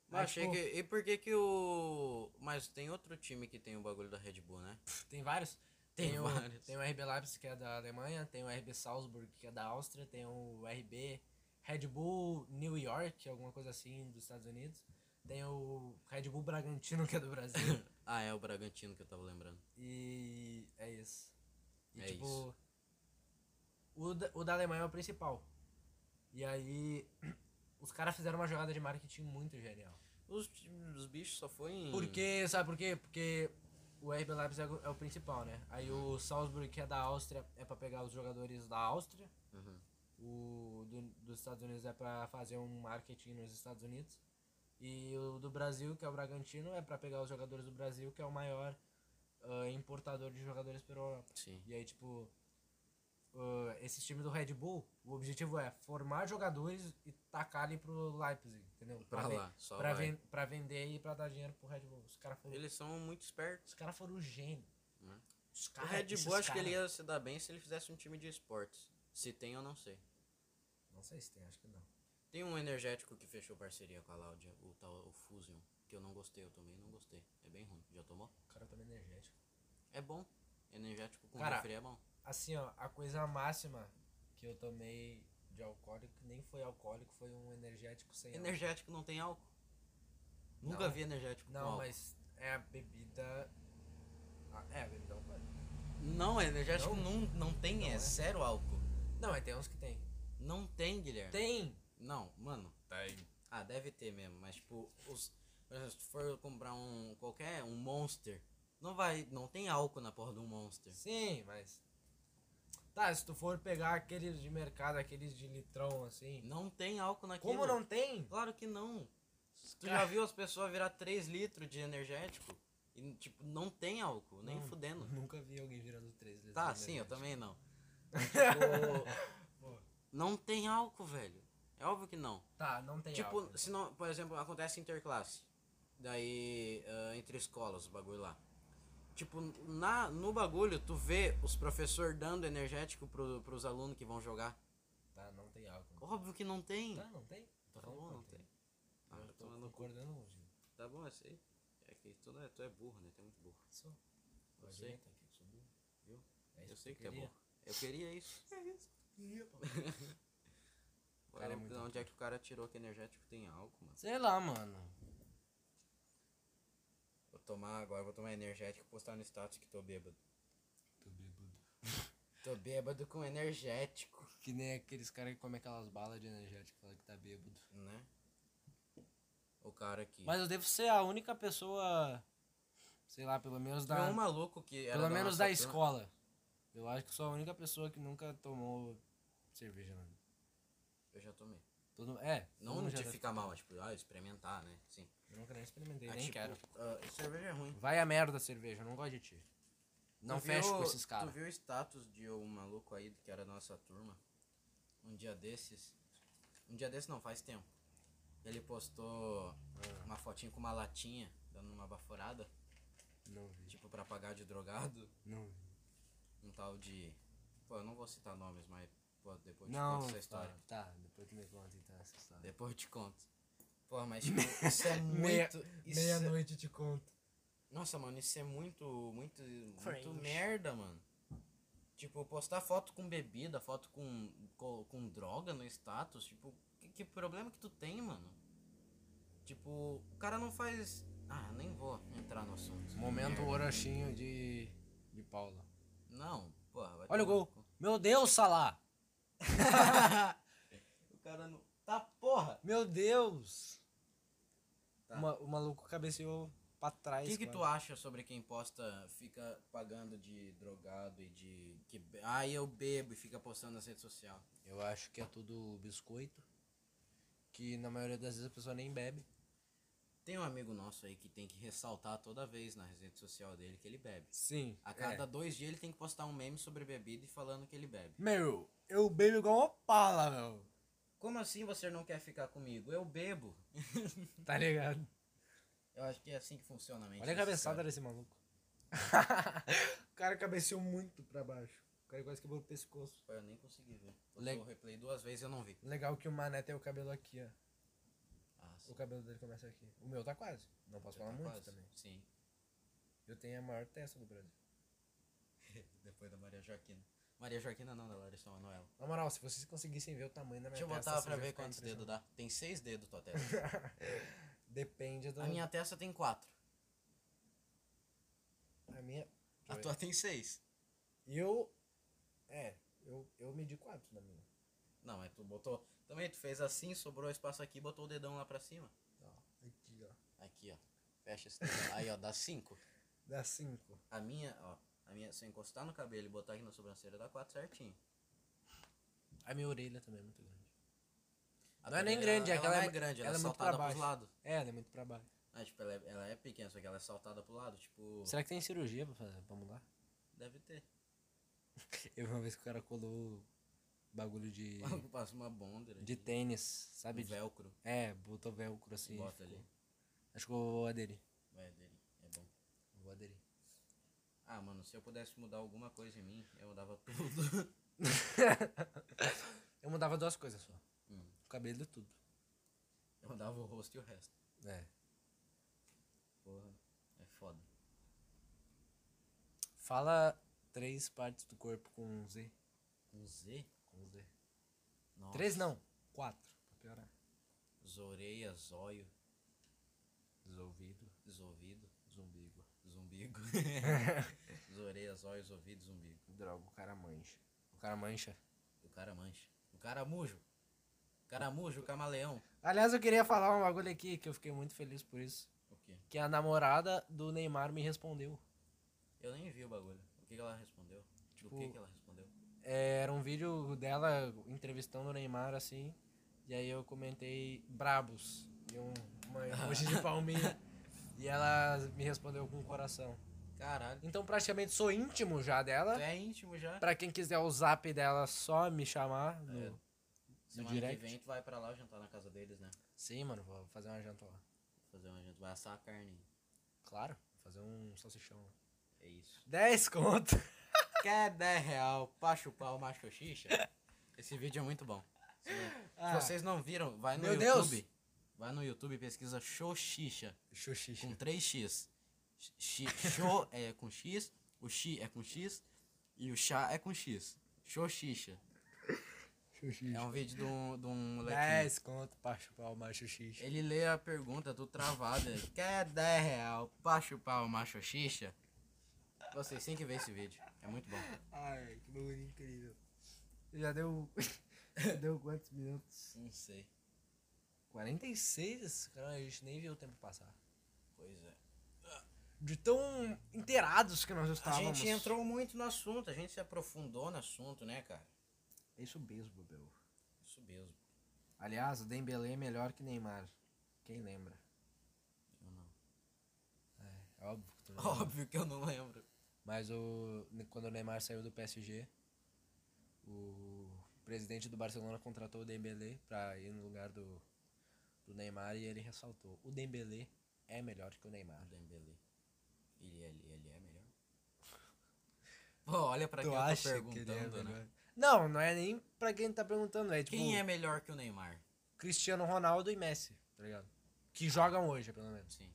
Speaker 2: Mas
Speaker 1: Mas,
Speaker 2: achei
Speaker 1: pô,
Speaker 2: que. E por que que o. Mas tem outro time que tem o bagulho da Red Bull, né?
Speaker 1: Tem vários.
Speaker 2: Tem
Speaker 1: Tem, o,
Speaker 2: vários.
Speaker 1: tem o RB Leipzig, que é da Alemanha. Tem o RB Salzburg, que é da Áustria. Tem o RB Red Bull New York, alguma coisa assim, dos Estados Unidos. Tem o Red Bull Bragantino, que é do
Speaker 2: *laughs*
Speaker 1: Brasil.
Speaker 2: Ah, é o Bragantino que eu tava lembrando.
Speaker 1: e é isso. E,
Speaker 2: É
Speaker 1: tipo,
Speaker 2: isso.
Speaker 1: O, da, o da Alemanha é o principal. E aí, *clears throat* os caras fizeram uma jogada de marketing muito genial.
Speaker 2: Os, times- os bichos só foi em.
Speaker 1: Porque, sabe por quê? Porque o RB Leipzig é, o- é o principal, né? Aí
Speaker 2: Uhum.
Speaker 1: o Salzburg, que é da Áustria, é pra pegar os jogadores da Áustria.
Speaker 2: Uhum.
Speaker 1: O do, dos Estados Unidos é pra fazer um marketing nos Estados Unidos. E o do Brasil, que é o Bragantino, é pra pegar os jogadores do Brasil, que é o maior ah, importador de jogadores pela Europa.
Speaker 2: Sim.
Speaker 1: E aí, tipo, ah, esses times do Red Bull, o objetivo é formar jogadores e tacar ali pro Leipzig, entendeu?
Speaker 2: Pra
Speaker 1: ven-
Speaker 2: lá, só
Speaker 1: pra,
Speaker 2: Então vai.
Speaker 1: ven- pra vender e pra dar dinheiro pro Red Bull. Os caras foram,
Speaker 2: Eles são muito espertos.
Speaker 1: os cara foram um gênio.
Speaker 2: Né?
Speaker 1: Os
Speaker 2: O
Speaker 1: cara,
Speaker 2: Red
Speaker 1: esses
Speaker 2: Bull acho que
Speaker 1: cara-
Speaker 2: ele ia se dar bem se ele fizesse um time de esportes. Se tem, eu não sei.
Speaker 1: Não sei se tem, acho que não.
Speaker 2: Tem um energético que fechou parceria com a Laudia, o tal o Fusion, que eu não gostei, eu tomei e não gostei. É bem ruim. Já tomou?
Speaker 1: O cara toma energético.
Speaker 2: É bom. Energético com
Speaker 1: Cara,
Speaker 2: refri é bom.
Speaker 1: Assim, ó, a coisa máxima que eu tomei de alcoólico, que nem foi alcoólico, foi um energético sem álcool.
Speaker 2: Energético não tem álcool. Nunca
Speaker 1: Não.
Speaker 2: vi energético com
Speaker 1: Não,
Speaker 2: álcool.
Speaker 1: mas é a bebida. Ah, é, a bebida alcoólica.
Speaker 2: Não, é energético
Speaker 1: Não?
Speaker 2: não, não, tem,
Speaker 1: Não
Speaker 2: é,
Speaker 1: é?
Speaker 2: zero álcool.
Speaker 1: Não, mas tem uns que tem.
Speaker 2: Não tem, Guilherme.
Speaker 1: Tem!
Speaker 2: Não, mano.
Speaker 3: Tem.
Speaker 2: Ah, deve ter mesmo, mas tipo, os, por exemplo, se tu for comprar um qualquer, um Monster, não vai, não tem álcool na porra do Monster.
Speaker 1: Sim, mas. Tá, se tu for pegar aqueles de mercado, aqueles de litrão assim.
Speaker 2: Não é tem álcool naquilo.
Speaker 1: Como não tem?
Speaker 2: Claro que não. Tu
Speaker 1: Cara.
Speaker 2: já viu as pessoas virar 3 litros de energético? E, tipo, não tem álcool, nem
Speaker 1: Não,
Speaker 2: fudendo.
Speaker 1: Nunca vi alguém virando três litros.
Speaker 2: Tá,
Speaker 1: de
Speaker 2: sim, eu
Speaker 1: energético.
Speaker 2: também não.
Speaker 1: *laughs*
Speaker 2: Tipo,
Speaker 1: Boa.
Speaker 2: não tem álcool, velho. É óbvio que não.
Speaker 1: Tá, não tem
Speaker 2: tipo,
Speaker 1: álcool.
Speaker 2: se não, por exemplo, acontece interclasse. Daí, ah, entre escolas, o bagulho lá. Tipo, na, no bagulho, tu vê os professores dando energético pro, pros alunos que vão jogar.
Speaker 1: Tá, não tem álcool.
Speaker 2: Óbvio que não tem.
Speaker 1: Tá, não tem? Tô
Speaker 2: Tá bom,
Speaker 1: falando que
Speaker 2: não tem. assim? Ah,
Speaker 1: Eu
Speaker 2: vai
Speaker 1: tô
Speaker 2: tomar no cu.
Speaker 1: concordando hoje.
Speaker 2: Tá bom, eu sei. É que tu, não é, tu é burro, né? Tu é muito burro.
Speaker 1: Só.
Speaker 2: Eu
Speaker 1: Não
Speaker 2: sei.
Speaker 1: adianta que eu sou burro.
Speaker 2: Viu?
Speaker 1: É
Speaker 2: eu
Speaker 1: isso
Speaker 2: sei que,
Speaker 1: eu
Speaker 2: é
Speaker 1: queria.
Speaker 2: burro. Eu queria isso.
Speaker 1: É isso. que eu queria, pô.
Speaker 2: Agora,
Speaker 1: é muito
Speaker 2: onde é que o cara tirou que energético tem álcool, mano?
Speaker 1: *laughs* Sei lá, mano.
Speaker 2: Vou tomar agora, vou tomar energético e postar no status que tô bêbado.
Speaker 1: Tô bêbado.
Speaker 2: Tô bêbado com energético,
Speaker 1: Que nem aqueles caras que comem aquelas balas de energético falando que tá bêbado.
Speaker 2: né? O cara aqui.
Speaker 1: Mas eu devo ser a única pessoa, sei lá, pelo menos da.
Speaker 2: é um maluco que era
Speaker 1: pelo menos da
Speaker 2: nossa turma.
Speaker 1: escola. Eu acho que sou a única pessoa que nunca tomou cerveja na vida.
Speaker 2: Eu já tomei.
Speaker 1: Todo, é,
Speaker 2: Não,
Speaker 1: todo mundo
Speaker 2: de
Speaker 1: já-
Speaker 2: ficar mal, é tipo, ah, experimentar, né? Sim.
Speaker 1: Eu nunca nem experimentei,
Speaker 2: Ah,
Speaker 1: nem
Speaker 2: tipo,
Speaker 1: quero.
Speaker 2: ah, cerveja é ruim.
Speaker 1: Vai a merda cerveja, eu não gosto de ti. Não
Speaker 2: Tu
Speaker 1: fecho
Speaker 2: viu-
Speaker 1: com esses
Speaker 2: Tu
Speaker 1: caras.
Speaker 2: viu o status de um maluco aí que era da nossa turma? Um dia desses. Um dia desses não, faz tempo. Ele postou
Speaker 1: Ah.
Speaker 2: uma fotinha com uma latinha, dando uma baforada,
Speaker 1: Não vi,
Speaker 2: tipo pra pagar de drogado.
Speaker 1: não vi.
Speaker 2: Um tal de. Pô, eu não vou citar nomes, mas pô, depois eu te
Speaker 1: Não,
Speaker 2: conto essa história.
Speaker 1: Tá, tá, depois tu me conta então essa história.
Speaker 2: Depois eu te conto. Pô, mas
Speaker 1: *laughs*
Speaker 2: tipo, isso é muito.
Speaker 1: Meia-
Speaker 2: isso é-
Speaker 1: te conto.
Speaker 2: Nossa, mano, isso é muito, muito,
Speaker 1: Cringe.
Speaker 2: muito merda, mano. Tipo, postar foto com bebida, foto com, com, com droga no status, tipo, que, que problema que tu tem, mano? Tipo, o cara não faz... Ah, nem vou entrar no assunto.
Speaker 1: Momento
Speaker 2: Merda.
Speaker 1: orochinho de, de Paula.
Speaker 2: Não, porra. vai
Speaker 1: Olha o
Speaker 2: tomar no
Speaker 1: gol.
Speaker 2: cu.
Speaker 1: Meu Deus, Salah!
Speaker 2: o cara não... Tá porra!
Speaker 1: Meu Deus!
Speaker 2: Tá.
Speaker 1: O ma- o maluco cabeceou pra
Speaker 2: O
Speaker 1: trás.
Speaker 2: que, que
Speaker 1: quase.
Speaker 2: tu acha sobre quem posta, fica pagando de drogado e de... Que, be- ah, eu bebo e fica postando nas redes sociais.
Speaker 1: Eu acho que é tudo biscoito. Que na maioria das vezes a pessoa nem bebe.
Speaker 2: Tem um amigo nosso aí que tem que ressaltar toda vez na rede social dele que ele bebe.
Speaker 1: Sim.
Speaker 2: A cada dois dias ele tem que postar um meme sobre bebida e falando que ele bebe.
Speaker 1: Meu, eu bebo igual uma pala, meu.
Speaker 2: Como assim você não quer ficar comigo? Eu bebo.
Speaker 1: Tá ligado?
Speaker 2: Eu acho que é assim que funciona a mente.
Speaker 1: Olha a
Speaker 2: desse
Speaker 1: cabeçada
Speaker 2: cara.
Speaker 1: desse maluco. *laughs* o cara cabeceou muito pra baixo. O cara quase quebrou o pescoço.
Speaker 2: Pô, Eu nem consegui ver.
Speaker 1: Le-
Speaker 2: Eu o replay duas vezes e eu não vi.
Speaker 1: Legal que o Mané tem o cabelo aqui, ó.
Speaker 2: Ah,
Speaker 1: O cabelo dele começa aqui. O meu tá quase. Não posso falar muito também.
Speaker 2: Sim. *laughs*
Speaker 1: Eu tenho a maior testa do Brasil.
Speaker 2: Depois da Maria Joaquina. Maria Joaquina não, da Larissa Manoela.
Speaker 1: Na moral, se vocês conseguissem ver o tamanho da minha
Speaker 2: Deixa eu
Speaker 1: testa...
Speaker 2: botar
Speaker 1: vocês
Speaker 2: pra
Speaker 1: iam
Speaker 2: ver
Speaker 1: ficar
Speaker 2: quantos dedos dá. Tem seis dedos tua
Speaker 1: *laughs*
Speaker 2: testa.
Speaker 1: impressionados. Depende do...
Speaker 2: a minha testa tem quatro.
Speaker 1: A minha...
Speaker 2: A tua tem seis.
Speaker 1: Eu... É, eu, eu medi quatro na minha.
Speaker 2: Não, mas tu botou. Também tu fez assim, sobrou espaço aqui, botou o dedão lá pra cima.
Speaker 1: Ó, aqui, ó.
Speaker 2: Aqui, ó. Fecha esse dedão. Aí, ó, dá 5.
Speaker 1: Dá cinco.
Speaker 2: A minha, ó. A minha, se eu encostar no cabelo e botar aqui na sobrancelha, dá 4 certinho.
Speaker 1: A minha orelha também é muito grande.
Speaker 2: A
Speaker 1: Não é nem
Speaker 2: tua-
Speaker 1: grande, é
Speaker 2: ela,
Speaker 1: que
Speaker 2: ela
Speaker 1: ela
Speaker 2: não
Speaker 1: é-
Speaker 2: é grande, ela,
Speaker 1: ela é
Speaker 2: é
Speaker 1: muito
Speaker 2: saltada
Speaker 1: pra
Speaker 2: pros
Speaker 1: baixo.
Speaker 2: lados.
Speaker 1: É, ela é muito pra baixo.
Speaker 2: Ah, tipo, ela é, ela é pequena, só que ela é saltada pro lado, tipo.
Speaker 1: Será que tem cirurgia pra fazer, pra mudar?
Speaker 2: Deve ter.
Speaker 1: Eu vi uma vez que o cara colou *laughs* bagulho de,
Speaker 2: Maluco *laughs* passa uma bonder
Speaker 1: de
Speaker 2: aqui,
Speaker 1: tênis, sabe?
Speaker 2: um
Speaker 1: De-
Speaker 2: velcro.
Speaker 1: É, botou velcro assim.
Speaker 2: Bota
Speaker 1: ficou-
Speaker 2: ali.
Speaker 1: Acho que eu vou aderir.
Speaker 2: Vai dele. É bom.
Speaker 1: Vou aderir.
Speaker 2: Ah, mano, se eu pudesse mudar alguma coisa em mim, eu mudava tudo. *laughs*
Speaker 1: Eu mudava duas coisas só.
Speaker 2: Hum.
Speaker 1: O cabelo e tudo.
Speaker 2: eu mudava o rosto e o resto.
Speaker 1: É.
Speaker 2: Porra, é foda.
Speaker 1: Fala três partes do corpo com um Z.
Speaker 2: Com Z?
Speaker 1: Com um Z.
Speaker 2: Nossa.
Speaker 1: Três não. Quatro. Pra piorar.
Speaker 2: Zoreia, zóio,
Speaker 1: Desolvido.
Speaker 2: desolvido,
Speaker 1: Zumbigo. *laughs*
Speaker 2: zumbigo. Zoreia, zóio, ouvidos, zumbigo.
Speaker 1: Droga, o cara mancha. O cara mancha.
Speaker 2: O cara mancha. O cara mujo. O cara mujo, o camaleão.
Speaker 1: Aliás, eu queria falar um bagulho aqui que eu fiquei muito feliz por isso.
Speaker 2: O quê?
Speaker 1: Que a namorada do Neymar me respondeu.
Speaker 2: Eu nem vi o bagulho. O que, que ela respondeu?
Speaker 1: Tipo
Speaker 2: o que, que ela respondeu?
Speaker 1: É, era um vídeo dela entrevistando o Neymar assim. E aí eu comentei brabos. E um, uma emoji *laughs* de palminha. e ela me respondeu com o coração.
Speaker 2: Caralho.
Speaker 1: Então praticamente sou íntimo já
Speaker 2: Tu
Speaker 1: dela.
Speaker 2: é íntimo já?
Speaker 1: Pra quem quiser o zap dela, só me chamar no,
Speaker 2: É.
Speaker 1: no
Speaker 2: Semana
Speaker 1: direct.
Speaker 2: que vem tu vai pra lá jantar na casa deles, né?
Speaker 1: Sim, mano, vou fazer uma janta lá.
Speaker 2: Fazer uma janta. Vai assar a carne.
Speaker 1: Claro, fazer um salsichão.
Speaker 2: É isso.
Speaker 1: 10 conto.
Speaker 2: Quer 10 real pra chupar o macho xixa? Esse vídeo é muito bom.
Speaker 1: Ah.
Speaker 2: Se vocês não viram, vai no
Speaker 1: Meu Deus.
Speaker 2: YouTube. Vai no YouTube e pesquisa Xoxixa
Speaker 1: Xuxixa.
Speaker 2: com 3x. X, xô é com X, o Xi é com X e o chá é com X. Xoxixa. É um vídeo de um, de um molequinho.
Speaker 1: 10 conto pra chupar o macho xixa.
Speaker 2: Ele lê a pergunta, tu travado. ele, Quer 10 real pra chupar o macho xixa? Vocês têm que ver esse vídeo. É muito bom.
Speaker 1: Ai, que bagulho incrível. Já deu. *laughs* Já deu quantos minutos?
Speaker 2: Não sei.
Speaker 1: 46? Caramba, a gente nem viu o tempo passar.
Speaker 2: Pois é.
Speaker 1: De tão inteirados que nós
Speaker 2: A
Speaker 1: estávamos.
Speaker 2: gente entrou muito no assunto, a gente se aprofundou no assunto, né, cara?
Speaker 1: É isso mesmo, meu.
Speaker 2: Isso mesmo.
Speaker 1: Aliás, o Dembélé é melhor que Neymar. Quem lembra?
Speaker 2: Eu não.
Speaker 1: É óbvio que tu não lembra.
Speaker 2: Óbvio que eu não *laughs* lembro.
Speaker 1: Mas o, quando o Neymar saiu do PSG, o presidente do Barcelona contratou o Dembélé pra ir no lugar do, do Neymar e ele ressaltou: o Dembélé é melhor que o Neymar.
Speaker 2: O Ah, Dembele. Ele, ele, ele é melhor? Pô, olha pra quem eu
Speaker 1: é
Speaker 2: tô perguntando, né?
Speaker 1: Não, não é nem pra quem tá perguntando, é tipo
Speaker 2: Quem é melhor que o Neymar?
Speaker 1: Cristiano Ronaldo e Messi, tá ligado? Que jogam hoje, pelo menos.
Speaker 2: Sim.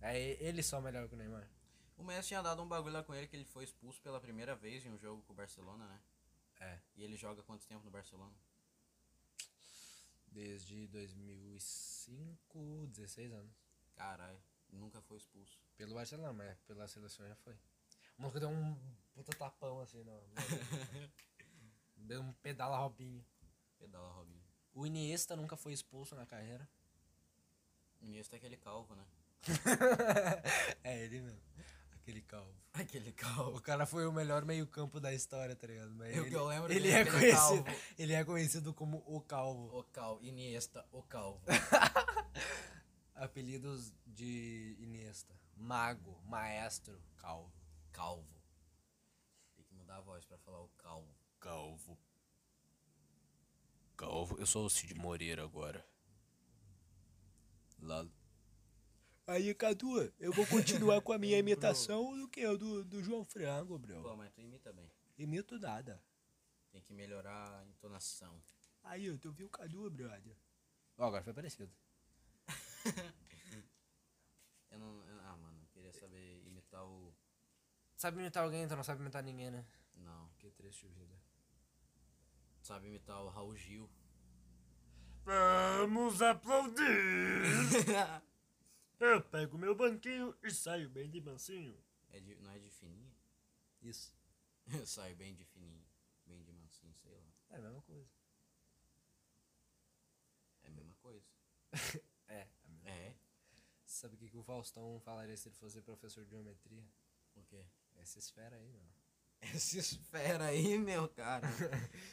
Speaker 1: É, eles são melhor que o Neymar.
Speaker 2: O Messi tinha dado um bagulho lá com ele que ele foi expulso pela primeira vez em um jogo com o Barcelona, né?
Speaker 1: É.
Speaker 2: E ele joga quanto tempo no Barcelona?
Speaker 1: Desde 2005, 16 anos.
Speaker 2: Caralho, nunca foi expulso.
Speaker 1: Pelo Barcelona, mas pela seleção já foi. O maluco deu um puta tapão assim, não. *laughs* deu um pedala Robinho.
Speaker 2: Pedala, Robinho.
Speaker 1: O Iniesta nunca foi expulso na carreira.
Speaker 2: Iniesta é aquele calvo, né?
Speaker 1: *laughs* é ele mesmo. Aquele calvo.
Speaker 2: Aquele
Speaker 1: O
Speaker 2: calvo.
Speaker 1: cara foi o melhor meio-campo da história, tá ligado? Mas
Speaker 2: Eu
Speaker 1: ele,
Speaker 2: que eu lembro
Speaker 1: ele
Speaker 2: dele,
Speaker 1: é
Speaker 2: aquele
Speaker 1: conhecido,
Speaker 2: calvo.
Speaker 1: ele é conhecido como o Calvo.
Speaker 2: O calvo, Iniesta, o calvo.
Speaker 1: Apelidos de Iniesta. Mago, maestro, calvo.
Speaker 2: calvo. Tem que mudar a voz pra falar o calvo.
Speaker 4: Calvo. Calvo. Eu sou o Cid Moreira agora. Lá.
Speaker 1: Aí, Cadu, eu vou continuar com a *laughs* minha imitação do que? Do, do João Frango, bro.
Speaker 2: Pô, mas tu imita bem.
Speaker 1: Imito nada.
Speaker 2: Tem que melhorar a entonação.
Speaker 1: Aí, tu viu o Cadu, brother? Ó, agora foi parecido.
Speaker 2: Eu não. eu- ah, mano, eu queria saber imitar o.
Speaker 1: Sabe imitar alguém, então não sabe imitar ninguém, né?
Speaker 2: Não.
Speaker 1: Que triste vida.
Speaker 2: Sabe imitar o Raul *laughs* Gil.
Speaker 1: Vamos aplaudir! eu pego meu banquinho e saio bem de mansinho.
Speaker 2: É de, não é de fininho? *laughs*
Speaker 1: Isso.
Speaker 2: Eu saio bem de fininho. Bem de mansinho, sei lá.
Speaker 1: É a mesma coisa.
Speaker 2: É a mesma coisa.
Speaker 1: É. a mesma-
Speaker 2: É?
Speaker 1: Sabe o que, que o Faustão falaria se ele fosse professor de geometria?
Speaker 2: O quê?
Speaker 1: Essa esfera aí, mano.
Speaker 2: *laughs* Essa esfera aí, meu *laughs* cara.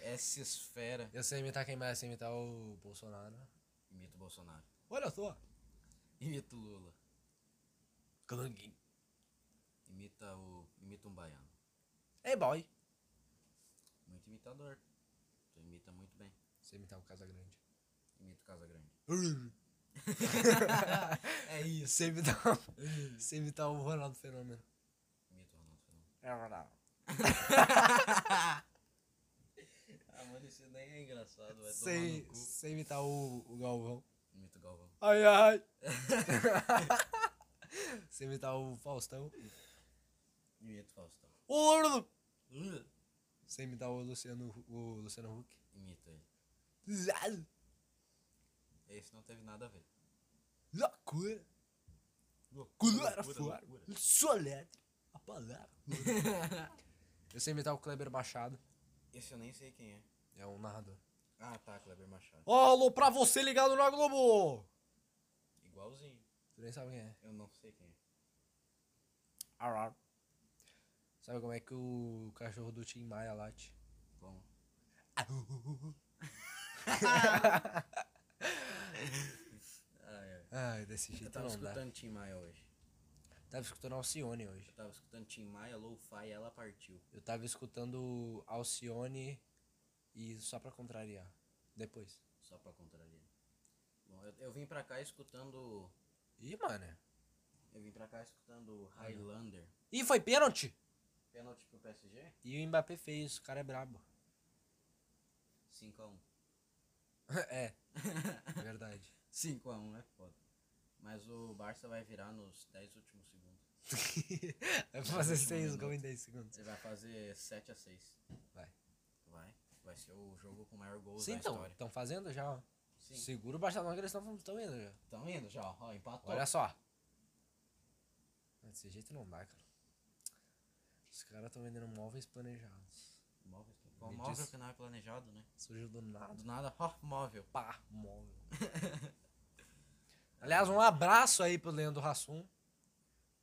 Speaker 2: Essa esfera.
Speaker 1: Eu sei imitar quem mais, sei imitar o Bolsonaro.
Speaker 2: Imita o Bolsonaro.
Speaker 1: Olha só!
Speaker 2: Imita o Lula. Imita o. Imita um baiano.
Speaker 1: Ei, É boy!
Speaker 2: imitador. Tu imita muito bem.
Speaker 1: Você imitar o Casagrande.
Speaker 2: Imita o Casa Grande.
Speaker 1: é *laughs* isso. Você imitar, o- *laughs* você imitar o Ronaldo *laughs* Fenômeno.
Speaker 2: Imita o Ronaldo Fenômeno.
Speaker 1: É o Ronaldo.
Speaker 2: Ah, mano, isso daí é engraçado, vai
Speaker 1: Sem, sem imitar o, o Galvão.
Speaker 2: Imita o Galvão.
Speaker 1: Ai, *laughs* ai. sem imitar o Faustão.
Speaker 2: Imita o Faustão.
Speaker 1: Ô, Ronaldo. Sem imitar o Luciano, o Luciano Huck.
Speaker 2: Imita ele. Esse não teve nada a ver.
Speaker 1: Loucura. Loucura fora. Soletre. A palavra. Eu sei imitar o Kleber Machado.
Speaker 2: Esse eu nem sei quem é.
Speaker 1: É um narrador.
Speaker 2: Ah, tá, Kleber Machado.
Speaker 1: Alô, pra você ligado na Globo!
Speaker 2: Igualzinho.
Speaker 1: Tu nem sabe quem é.
Speaker 2: Eu não sei quem é.
Speaker 1: Arar. Sabe como é que o cachorro do Tim Maia *laughs* late?
Speaker 2: Bom. Ai, ai.
Speaker 1: Ai, desse
Speaker 2: Eu
Speaker 1: jeito
Speaker 2: tava
Speaker 1: não dá.
Speaker 2: escutando Tim Maia hoje.
Speaker 1: Tava escutando Alcione hoje.
Speaker 2: Eu tava escutando Tim Maia, Lo-Fi, ela partiu.
Speaker 1: Eu tava escutando Alcione e só pra contrariar. Depois.
Speaker 2: Só pra contrariar. Bom, eu, eu vim pra cá escutando.
Speaker 1: Ih, mano.
Speaker 2: Eu vim pra cá escutando Highlander.
Speaker 1: Ih, foi pênalti!
Speaker 2: Pênalti pro PSG?
Speaker 1: E o Mbappé fez, o cara é
Speaker 2: *laughs*
Speaker 1: brabo.
Speaker 2: 5x1.
Speaker 1: é, verdade. *laughs*
Speaker 2: 5x1 é foda. Mas o Barça vai virar nos 10 últimos segundos.
Speaker 1: Vai fazer
Speaker 2: último
Speaker 1: seis
Speaker 2: minuto.
Speaker 1: gols em 10 segundos.
Speaker 2: Ele vai fazer 7x6.
Speaker 1: Vai.
Speaker 2: Vai. Vai ser o jogo com o maior gols
Speaker 1: Sim,
Speaker 2: da
Speaker 1: então,
Speaker 2: história.
Speaker 1: estão fazendo já, ó.
Speaker 2: Sim.
Speaker 1: Segura o Barcelona que eles estão indo já.
Speaker 2: Tão indo já, ó. ó, Empatou.
Speaker 1: né, Olha só. Desse jeito não dá, cara. Os caras estão vendendo móveis planejados.
Speaker 2: Móvel, Bom,
Speaker 1: Me
Speaker 2: móvel
Speaker 1: diz-
Speaker 2: que não é planejado, né?
Speaker 1: Surgiu do
Speaker 2: Do
Speaker 1: nada.
Speaker 2: nada, ó, móvel.
Speaker 1: Pá,
Speaker 2: *laughs*
Speaker 1: móvel. Aliás, um abraço aí pro Leandro Rassum.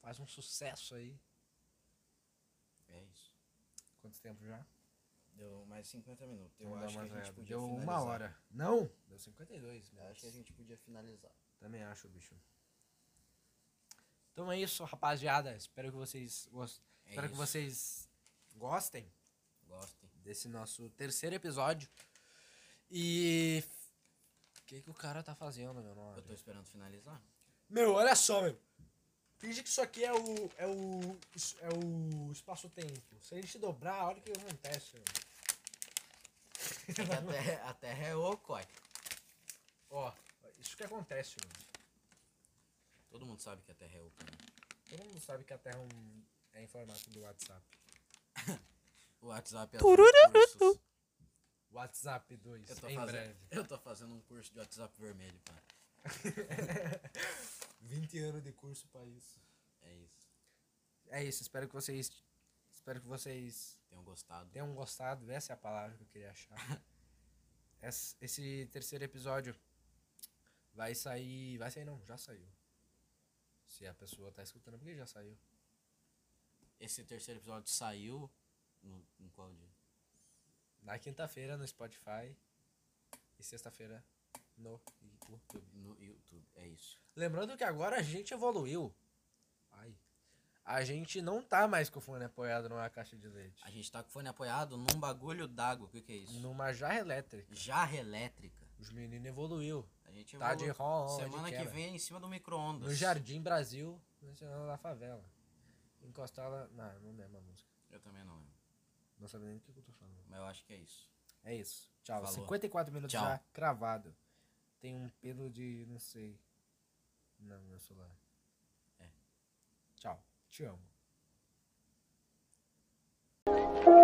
Speaker 1: Faz um sucesso aí.
Speaker 2: É isso.
Speaker 1: Quanto tempo já?
Speaker 2: Deu mais 50 minutos. Eu
Speaker 1: Vamos dar
Speaker 2: um
Speaker 1: uma
Speaker 2: acho que a gente
Speaker 1: zoada.
Speaker 2: podia
Speaker 1: Deu
Speaker 2: finalizar.
Speaker 1: uma hora. Não? Deu 52
Speaker 2: Eu acho que a
Speaker 1: minutos.
Speaker 2: gente podia finalizar.
Speaker 1: Também acho, bicho. Então é isso, rapaziada. Espero que vocês gostem.
Speaker 2: É
Speaker 1: Espero que
Speaker 2: isso.
Speaker 1: vocês gostem.
Speaker 2: Gostem.
Speaker 1: desse nosso terceiro episódio. E. O que, que o cara tá fazendo, meu
Speaker 2: Eu tô
Speaker 1: nome?
Speaker 2: esperando finalizar.
Speaker 1: Meu, olha só, meu. Finge que isso aqui é o. é o. é o espaço-tempo. Se a gente dobrar, olha o que acontece, meu.
Speaker 2: É que a, terra, a terra é ocói.
Speaker 1: Ó, isso que acontece, meu.
Speaker 2: Todo mundo sabe que a terra é oca, né?
Speaker 1: Todo mundo sabe que a Terra é, um- é em formato do WhatsApp.
Speaker 2: O WhatsApp é cursos.
Speaker 1: WhatsApp 2,
Speaker 2: Eu tô,
Speaker 1: é em
Speaker 2: fazendo,
Speaker 1: breve.
Speaker 2: eu tô fazendo um curso de WhatsApp vermelho, pá.
Speaker 1: 20 anos de curso pra isso.
Speaker 2: É isso.
Speaker 1: É isso, espero que vocês. Espero que vocês
Speaker 2: Tenham gostado.
Speaker 1: tenham gostado. Essa é a palavra que eu queria achar.
Speaker 2: *laughs*
Speaker 1: Essa- Esse terceiro episódio vai sair. Vai sair, não, já saiu. Se a pessoa tá escutando, porque já saiu.
Speaker 2: Esse terceiro episódio saiu. No, em qual dia?
Speaker 1: Na quinta-feira no Spotify e sexta-feira no YouTube.
Speaker 2: No YouTube. É isso.
Speaker 1: Lembrando que agora a gente evoluiu. Ai. A gente não tá mais com o fone apoiado numa caixa de leite.
Speaker 2: A gente tá com o fone apoiado num bagulho d'água. O que, que é isso?
Speaker 1: Numa jarra elétrica.
Speaker 2: Jarra elétrica.
Speaker 1: Os meninos evoluiu.
Speaker 2: A gente
Speaker 1: Tá de
Speaker 2: evolui-
Speaker 1: rola.
Speaker 2: Semana que vem é em cima do micro-ondas.
Speaker 1: No Jardim Brasil, na janela da favela. Encostar lá. Não, não lembro a música.
Speaker 2: Eu também não lembro.
Speaker 1: Não sabe nem o que eu tô falando.
Speaker 2: Mas eu acho que é isso.
Speaker 1: É isso. Tchau.
Speaker 2: Falou.
Speaker 1: 54 minutos
Speaker 2: Tchau.
Speaker 1: já cravado. Tem um pelo de. não sei. Não, meu celular.
Speaker 2: É.
Speaker 1: Tchau. Te amo.